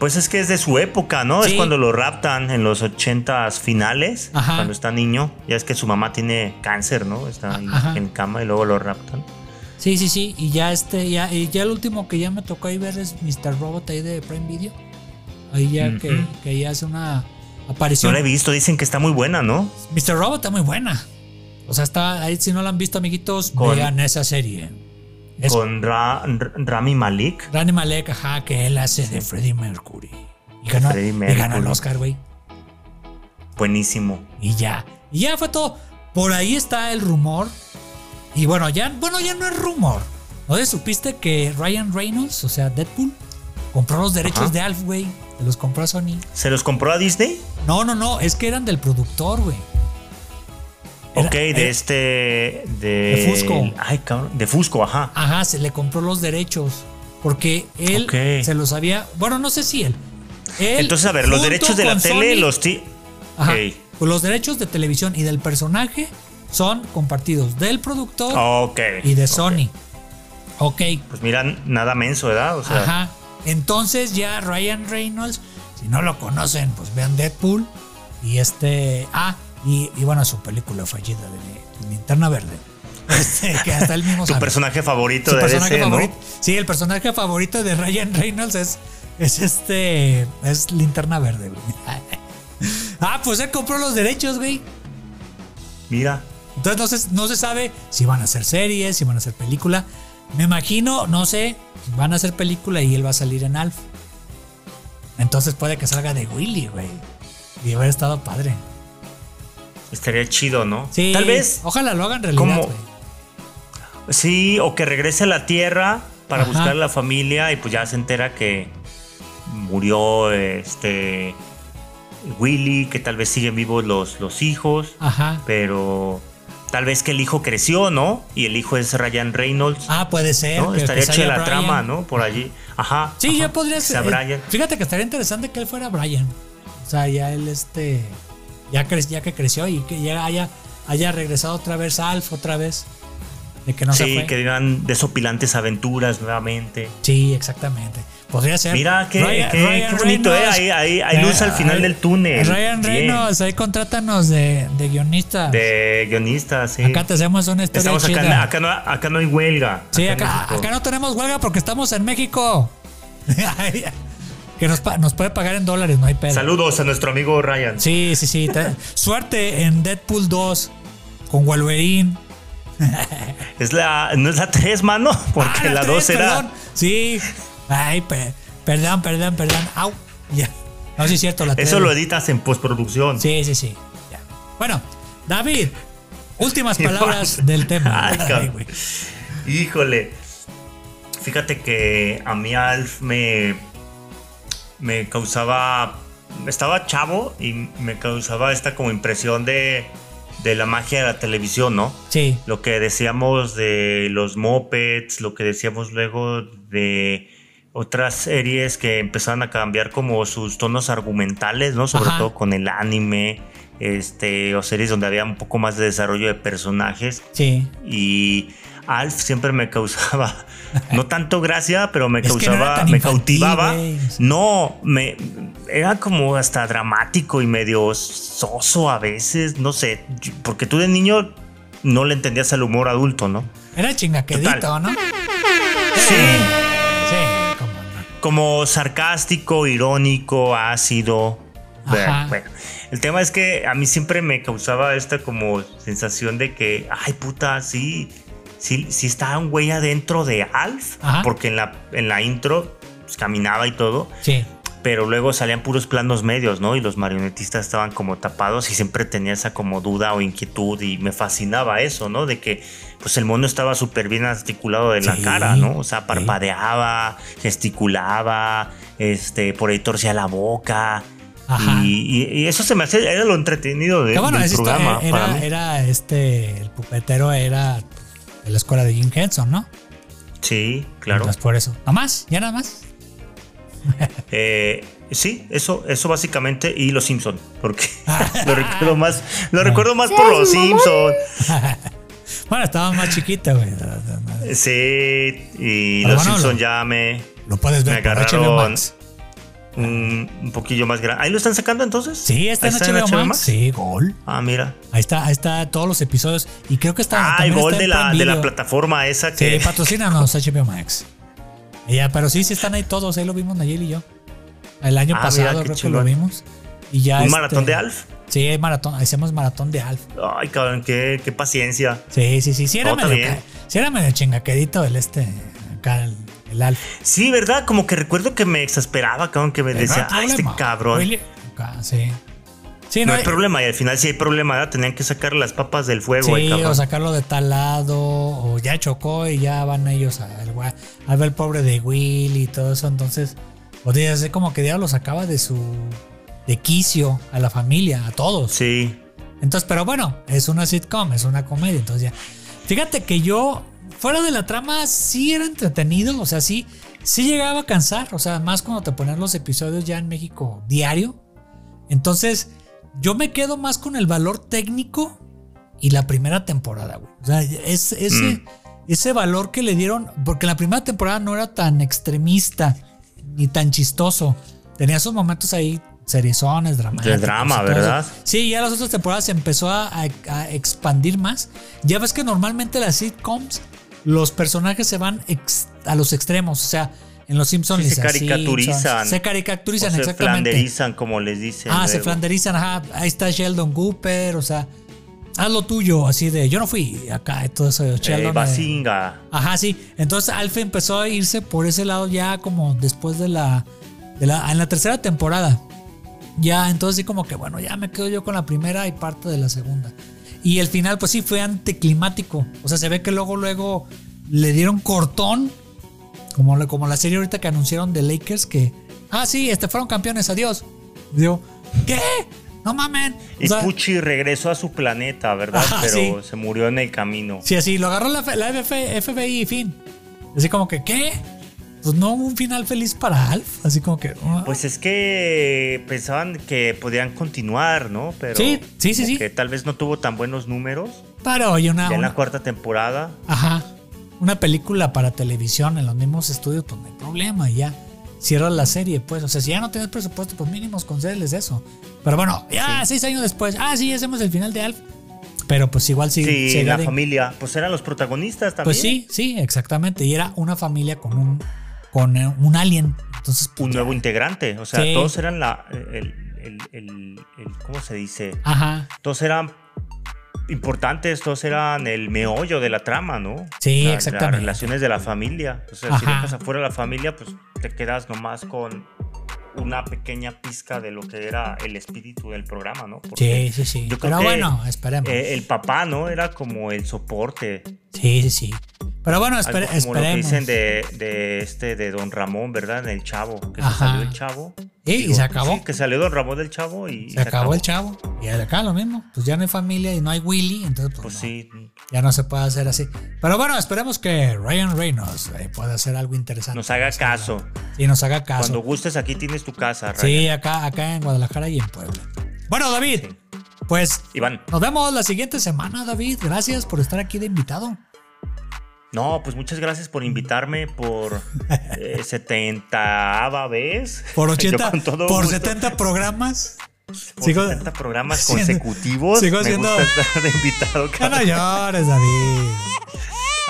D: Pues es que es de su época, ¿no?
A: Sí.
D: Es cuando lo raptan en los ochentas finales,
A: Ajá.
D: cuando está niño. Ya es que su mamá tiene cáncer, ¿no? Está ahí
A: Ajá.
D: en cama y luego lo raptan.
A: Sí, sí, sí. Y ya este, ya, y ya el último que ya me tocó ahí ver es Mr. Robot ahí de Prime Video. Ahí ya
D: Ujú.
A: que, que ya hace una
D: No
A: aparición.
D: la he visto, dicen que está muy buena, ¿no?
A: Mr. Robot está muy buena. O sea, está ahí. Si no la han visto, amiguitos,
D: Con-
A: vean esa serie. Es
D: Con Ra- R- Rami Malik.
A: Rani Malek, ajá, que él hace de Freddie Mercury. Y ganó,
D: Freddie
A: y
D: Mercury.
A: ganó el Oscar, güey.
D: Buenísimo.
A: Y ya. Y ya fue todo. Por ahí está el rumor. Y bueno, ya, bueno, ya no es rumor. ¿No te supiste que Ryan Reynolds, o sea, Deadpool, compró los derechos
D: Ajá.
A: de Alf, güey? Se los compró a Sony.
D: ¿Se los compró a Disney?
A: No, no, no, es que eran del productor, güey. Era-
D: ok, de
A: era-
D: este. De,
A: De Fusco.
D: Ay, cabrón. De Fusco, ajá.
A: Ajá, se le compró los derechos. Porque él
D: Ok.
A: se los había. Bueno, no sé si él. Él,
D: Entonces, a ver, los
A: junto
D: derechos de la
A: con
D: tele,
A: Sony-
D: los ti.
A: Ajá.
D: Ey.
A: Pues los derechos de televisión y del personaje son compartidos del productor
D: Ah, Ok.
A: y de Sony. Ok.
D: Pues mira, nada menso, ¿verdad? O sea,
A: Ajá. Entonces ya Ryan Reynolds, si no lo conocen, pues vean Deadpool y este... Ah, y, y bueno, su película fallida de Linterna Verde. (laughs) Este, que hasta él mismo
D: tu
A: sabe.
D: personaje favorito
A: Su
D: de
A: personaje
D: DC,
A: favorito.
D: ¿no?
A: Sí, el personaje favorito de Ryan Reynolds es, es este... Es Linterna Verde, güey. (laughs) Ah, pues él compró los derechos, güey.
D: Mira.
A: Entonces no se, no se sabe si van a hacer series, si van a hacer película. Me imagino, no sé, van a hacer película y él va a salir en Alf. Entonces puede que salga de Willy, güey. Y haber estado padre.
D: Estaría chido, ¿no?
A: Sí, Oh.
D: Tal vez
A: Ojalá lo hagan realidad,
D: como-
A: güey.
D: Sí, o que regrese a la Tierra para
A: Ajá.
D: buscar a la familia y pues ya se entera que murió este Willy, que tal vez siguen vivos los, los hijos,
A: Ajá.
D: pero tal vez que el hijo creció, ¿no? Y el hijo es Ryan Reynolds.
A: Ah, puede ser.
D: ¿no?
A: que- que
D: Estaría
A: salga
D: chida la
A: Brian.
D: trama, ¿no? Por allí. Ajá.
A: Sí,
D: ajá.
A: ya podría
D: Que
A: ser.
D: sea
A: eh,
D: Brian.
A: Fíjate que estaría interesante que él fuera Brian. O sea, ya él este. Ya, cre- ya que creció y que ya haya, haya regresado otra vez a Alf, otra vez. De que no se
D: sí,
A: fue.
D: que digan desopilantes aventuras nuevamente.
A: Sí, exactamente. Podría ser.
D: Mira, qué,
A: Ryan-
D: qué-
A: Ryan
D: qué bonito, ¿eh?
A: Reynolds.
D: Hay, hay- hay luz al final
A: Ay,
D: del túnel.
A: Ryan
D: Bien.
A: Reynolds, ahí contrátanos de, de guionista.
D: De guionistas, sí.
A: Ah, Acá te hacemos una historia
D: Estamos acá,
A: chida.
D: acá, no, acá no hay huelga.
A: sí,
D: no
A: acá,
D: hay huelga.
A: acá no tenemos huelga porque estamos en México. (laughs) que nos, pa- nos puede pagar en dólares, no hay pedo.
D: Saludos a nuestro amigo Ryan.
A: Sí, sí, sí. te- Suerte en Deadpool 2 con Wolverine.
D: Es la, no es la 3, mano, (laughs) porque
A: Ah,
D: la
A: tres,
D: 2 era.
A: perdón. Sí. Ay, pe- perdón, perdón, perdón. Au. Ya. No, sí es cierto. La
D: Eso
A: tres.
D: lo editas en postproducción.
A: Sí, sí, sí. Ya. Bueno, David, últimas
D: Sí, (laughs)
A: palabras
D: vale.
A: del tema.
D: Ay,
A: Ay,
D: cabrón.
A: güey.
D: Híjole. Fíjate que a mí Alf me, me causaba. Estaba chavo y me causaba esta como impresión de, de la magia de la televisión, ¿no?
A: Sí.
D: Lo que decíamos de los mopeds, lo que decíamos luego de otras series que empezaron a cambiar como sus tonos argumentales, ¿no? Sobre
A: Ajá.
D: todo con el anime, este, o series donde había un poco más de desarrollo de personajes
A: Sí.
D: y Alf siempre me causaba (laughs) no tanto gracia, pero me
A: Es que no era
D: causaba,
A: tan
D: me
A: infantil,
D: cautivaba.
A: güey.
D: No, me era como hasta dramático y medio soso a veces, no sé, yo- porque tú de niño no le entendías el humor adulto, ¿no?
A: Era chingaquedito,
D: Total.
A: ¿no?
D: Sí,
A: Sí, cómo no.
D: como sarcástico, irónico, ácido.
A: Ajá.
D: Bueno, bueno, el tema es que a mí siempre me causaba esta como sensación de que, ay puta, sí, sí, sí está un güey adentro de Alf,
A: Ajá.
D: porque en la, en la intro pues, caminaba y todo,
A: Sí.
D: pero luego salían puros planos medios, ¿no? Y los marionetistas estaban como tapados y siempre tenía esa como duda o inquietud y me fascinaba eso, ¿no? De que pues el mono estaba súper bien articulado de la
A: Sí,
D: cara, ¿no? O sea,
A: sí.
D: parpadeaba, gesticulaba, este, por ahí torcía la boca.
A: Ajá.
D: Y, y- y eso se me hace, era lo entretenido de,
A: Que bueno,
D: del
A: esa historia
D: programa para
A: era,
D: mí.
A: era este, el pupetero era de la escuela de Jim Henson, ¿no?
D: Sí, claro.
A: Entonces, por eso. ¿Nada más? ¿Ya nada más?
D: Eh, sí, eso, eso básicamente. Y los Simpson, porque
A: Ah.
D: (laughs) lo recuerdo más, lo recuerdo más por los Simpson.
A: Bueno, estaba más chiquita, güey.
D: Sí, y
A: Pero
D: los
A: bueno,
D: Simpson
A: lo-
D: ya me
A: Lo puedes ver
D: Me
A: por HBO
D: agarraron.
A: Max.
D: un, un poquillo más grande. ¿Ahí lo están sacando entonces?
A: Sí, está
D: ¿Ahí
A: en
D: está en
A: HBO, Max. Sí, Gol.
D: Ah, mira.
A: Ahí está, ahí está todos los episodios. Y creo que está.
D: ah, el
A: también
D: gol
A: está
D: de
A: en
D: la,
A: Prime
D: de la
A: Video.
D: plataforma esa
A: Sí,
D: que.
A: Eh, patrocínanos HBO Max. Y Ya, pero sí, sí están ahí todos. Ahí lo vimos Nayel y yo. El año
D: Ah,
A: pasado
D: mira, qué
A: creo
D: chingón.
A: que lo vimos. Y ya
D: ¿Un
A: este-
D: maratón de Alf?
A: Sí, maratón. Hacemos maratón de Alf.
D: Ay, cabrón, qué, qué paciencia.
A: Sí, sí, sí. Sí era,
D: No, está
A: medio,
D: bien.
A: ca- sí era medio chingaquedito el este. Acá el, el Alf.
D: Sí, ¿verdad? Como que recuerdo que me exasperaba, cabrón, que me
A: Pero
D: decía,
A: no hay
D: ah, este
A: problema.
D: cabrón.
A: Oye, acá, sí. Sí,
D: No hay
A: y-
D: problema, y al final sí hay problema, ¿verdad? Tenían que sacar las papas del fuego, el
A: Sí,
D: cabrón.
A: o sacarlo de tal lado, o ya chocó y ya van ellos a, al gua- a ver el pobre de Will y todo eso. Entonces, o sea, es como que diablo lo sacaba de su. de quicio a la familia, a todos.
D: Sí.
A: Entonces, pero bueno, es una sitcom, es una comedia. Entonces, ya. Fíjate que yo, fuera de la trama, sí era entretenido, o sea, sí, sí llegaba a cansar, o sea, más cuando te ponían los episodios ya en México diario. Entonces, yo me quedo más con el valor técnico y la primera temporada, güey. O sea, es, ese, ese valor que le dieron, porque la primera temporada no era tan extremista ni tan chistoso. Tenía esos momentos ahí, seriezones, dramáticos.
D: drama,
A: y pues, todo eso.
D: ¿verdad?
A: Sí, ya las otras temporadas se empezó a, a- a expandir más. Ya ves que normalmente las sitcoms, los personajes se van ex- a los extremos. O sea, en Los Simpsons
D: Sí, se
A: Lisa Simpson,
D: caricaturizan.
A: Se caricaturizan,
D: O se
A: exactamente.
D: flanderizan, como les dicen.
A: Ah, se
D: luego.
A: flanderizan, ajá. Ahí está Sheldon Cooper, o sea, haz lo tuyo, así de yo no fui acá, y todo eso. Sheldon.
D: Eh,
A: eh,
D: Bazinga.
A: Ajá, sí. Entonces Alf empezó a irse por ese lado ya como después de la, de la- En la tercera temporada. Ya, entonces sí como que bueno, ya me quedo yo con la primera y parte de la segunda. Y el final pues sí fue anticlimático. O sea, se ve que luego, luego le dieron cortón. Como, la- como la serie ahorita que anunciaron de Lakers que... Ah, sí, este fueron campeones, adiós. Digo, ¿qué? No mamen. O
D: Y
A: sea,
D: Pucci regresó a su planeta, ¿verdad?
A: Ajá,
D: Pero
A: sí.
D: se murió en el camino.
A: Sí, así, lo agarró la, F- la FF FBI y fin. Así como que, ¿qué? Pues no hubo un final feliz para Alf. Así como que. ah.
D: Pues es que pensaban que podían continuar, ¿no? Pero
A: Sí, sí, sí,
D: como
A: sí. Ah,
D: Que tal vez no tuvo tan buenos números.
A: Pero oye, una.
D: ya en la
A: una-
D: cuarta temporada.
A: ajá. Una película para televisión en los mismos estudios, pues no hay problema, ya. Cierra la serie, pues. O sea, si ya no tienes presupuesto, pues mínimos concederles eso. Pero bueno, ya seis años después. Ah, sí, hacemos el final de Alf. Pero pues igual sí.
D: Sí,
A: seguía
D: la
A: de-
D: familia. Pues eran los protagonistas también.
A: Pues sí, sí, exactamente. Y era una familia con un, con eh, un alien. Entonces, pues,
D: Un nuevo integrante. O sea,
A: Sí.
D: todos eran la. El, el- el- el- ¿Cómo se dice?
A: Ajá.
D: Todos eran importantes, todos eran el meollo de la trama, ¿no?
A: Sí,
D: O sea,
A: exactamente.
D: Las relaciones de la familia. O sea, si
A: Ajá.
D: dejas afuera la familia, pues te quedas nomás con una pequeña pizca de lo que era el espíritu del programa, ¿no?
A: Sí,
D: Porque, eh,
A: sí, sí.
D: yo
A: Pero
D: creo que,
A: bueno, esperemos.
D: eh, el papá, ¿no? Era como el soporte.
A: sí, sí, sí. Pero Pero bueno, espere-
D: Algo como lo que
A: esperemos.
D: dicen de, de este de Don Ramón, ¿verdad? El chavo, que se
A: Ajá.
D: salió el chavo.
A: Y- y
D: Digo,
A: se acabó.
D: sí, que salió Don Ramón del chavo y y
A: se acabó el chavo. Y acá lo mismo. Pues ya no hay familia y no hay Willy, entonces pues,
D: Pues
A: no,
D: sí,
A: ya no se puede hacer así. Pero bueno, esperemos que Ryan Reynolds eh, pueda hacer algo interesante.
D: nos haga caso.
A: Y nos haga caso.
D: Cuando gustes aquí tienes tu casa, Ryan.
A: Sí, acá, acá en Guadalajara y en Puebla. Bueno, David, pues
D: Iván.
A: nos vemos la siguiente semana, David. Gracias por estar aquí de invitado.
D: No, pues muchas gracias por invitarme por
A: (laughs)
D: eh, 70 vez.
A: Por
D: (laughs) Yo
A: 80,
D: con todo
A: por
D: gusto,
A: 70 programas.
D: por
A: sigo-
D: 70 programas
A: siendo-
D: consecutivos.
A: sigo
D: me
A: siendo-
D: gusta estar de invitado.
A: (laughs) Ya no
D: cada-
A: llores, David.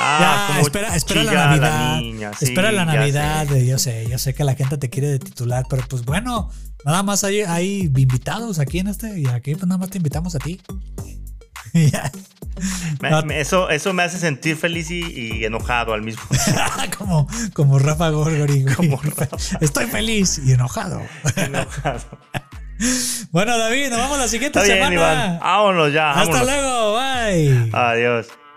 D: Ah,
A: ya,
D: como
A: espera, espera la
D: chilla
A: Navidad.
D: niña, sí,
A: espera la
D: ya
A: Navidad.
D: sé.
A: eh, Yo sé, yo sé que la gente te quiere de titular, pero pues bueno, nada más hay, hay invitados aquí en este y aquí pues nada más te invitamos a ti. (laughs) Y ya, (laughs)
D: Me-
A: No.
D: me- eso, eso me hace sentir feliz y, y enojado al mismo (laughs)
A: (laughs)
D: tiempo.
A: como, como Rafa Gorgori. güey.
D: Como Rafa.
A: (laughs) Estoy feliz y enojado. (laughs)
D: enojado.
A: Bueno, David, nos vamos la siguiente
D: Está bien,
A: semana.
D: Iván. Vámonos ya.
A: Hasta
D: vámonos.
A: luego, bye.
D: Adiós.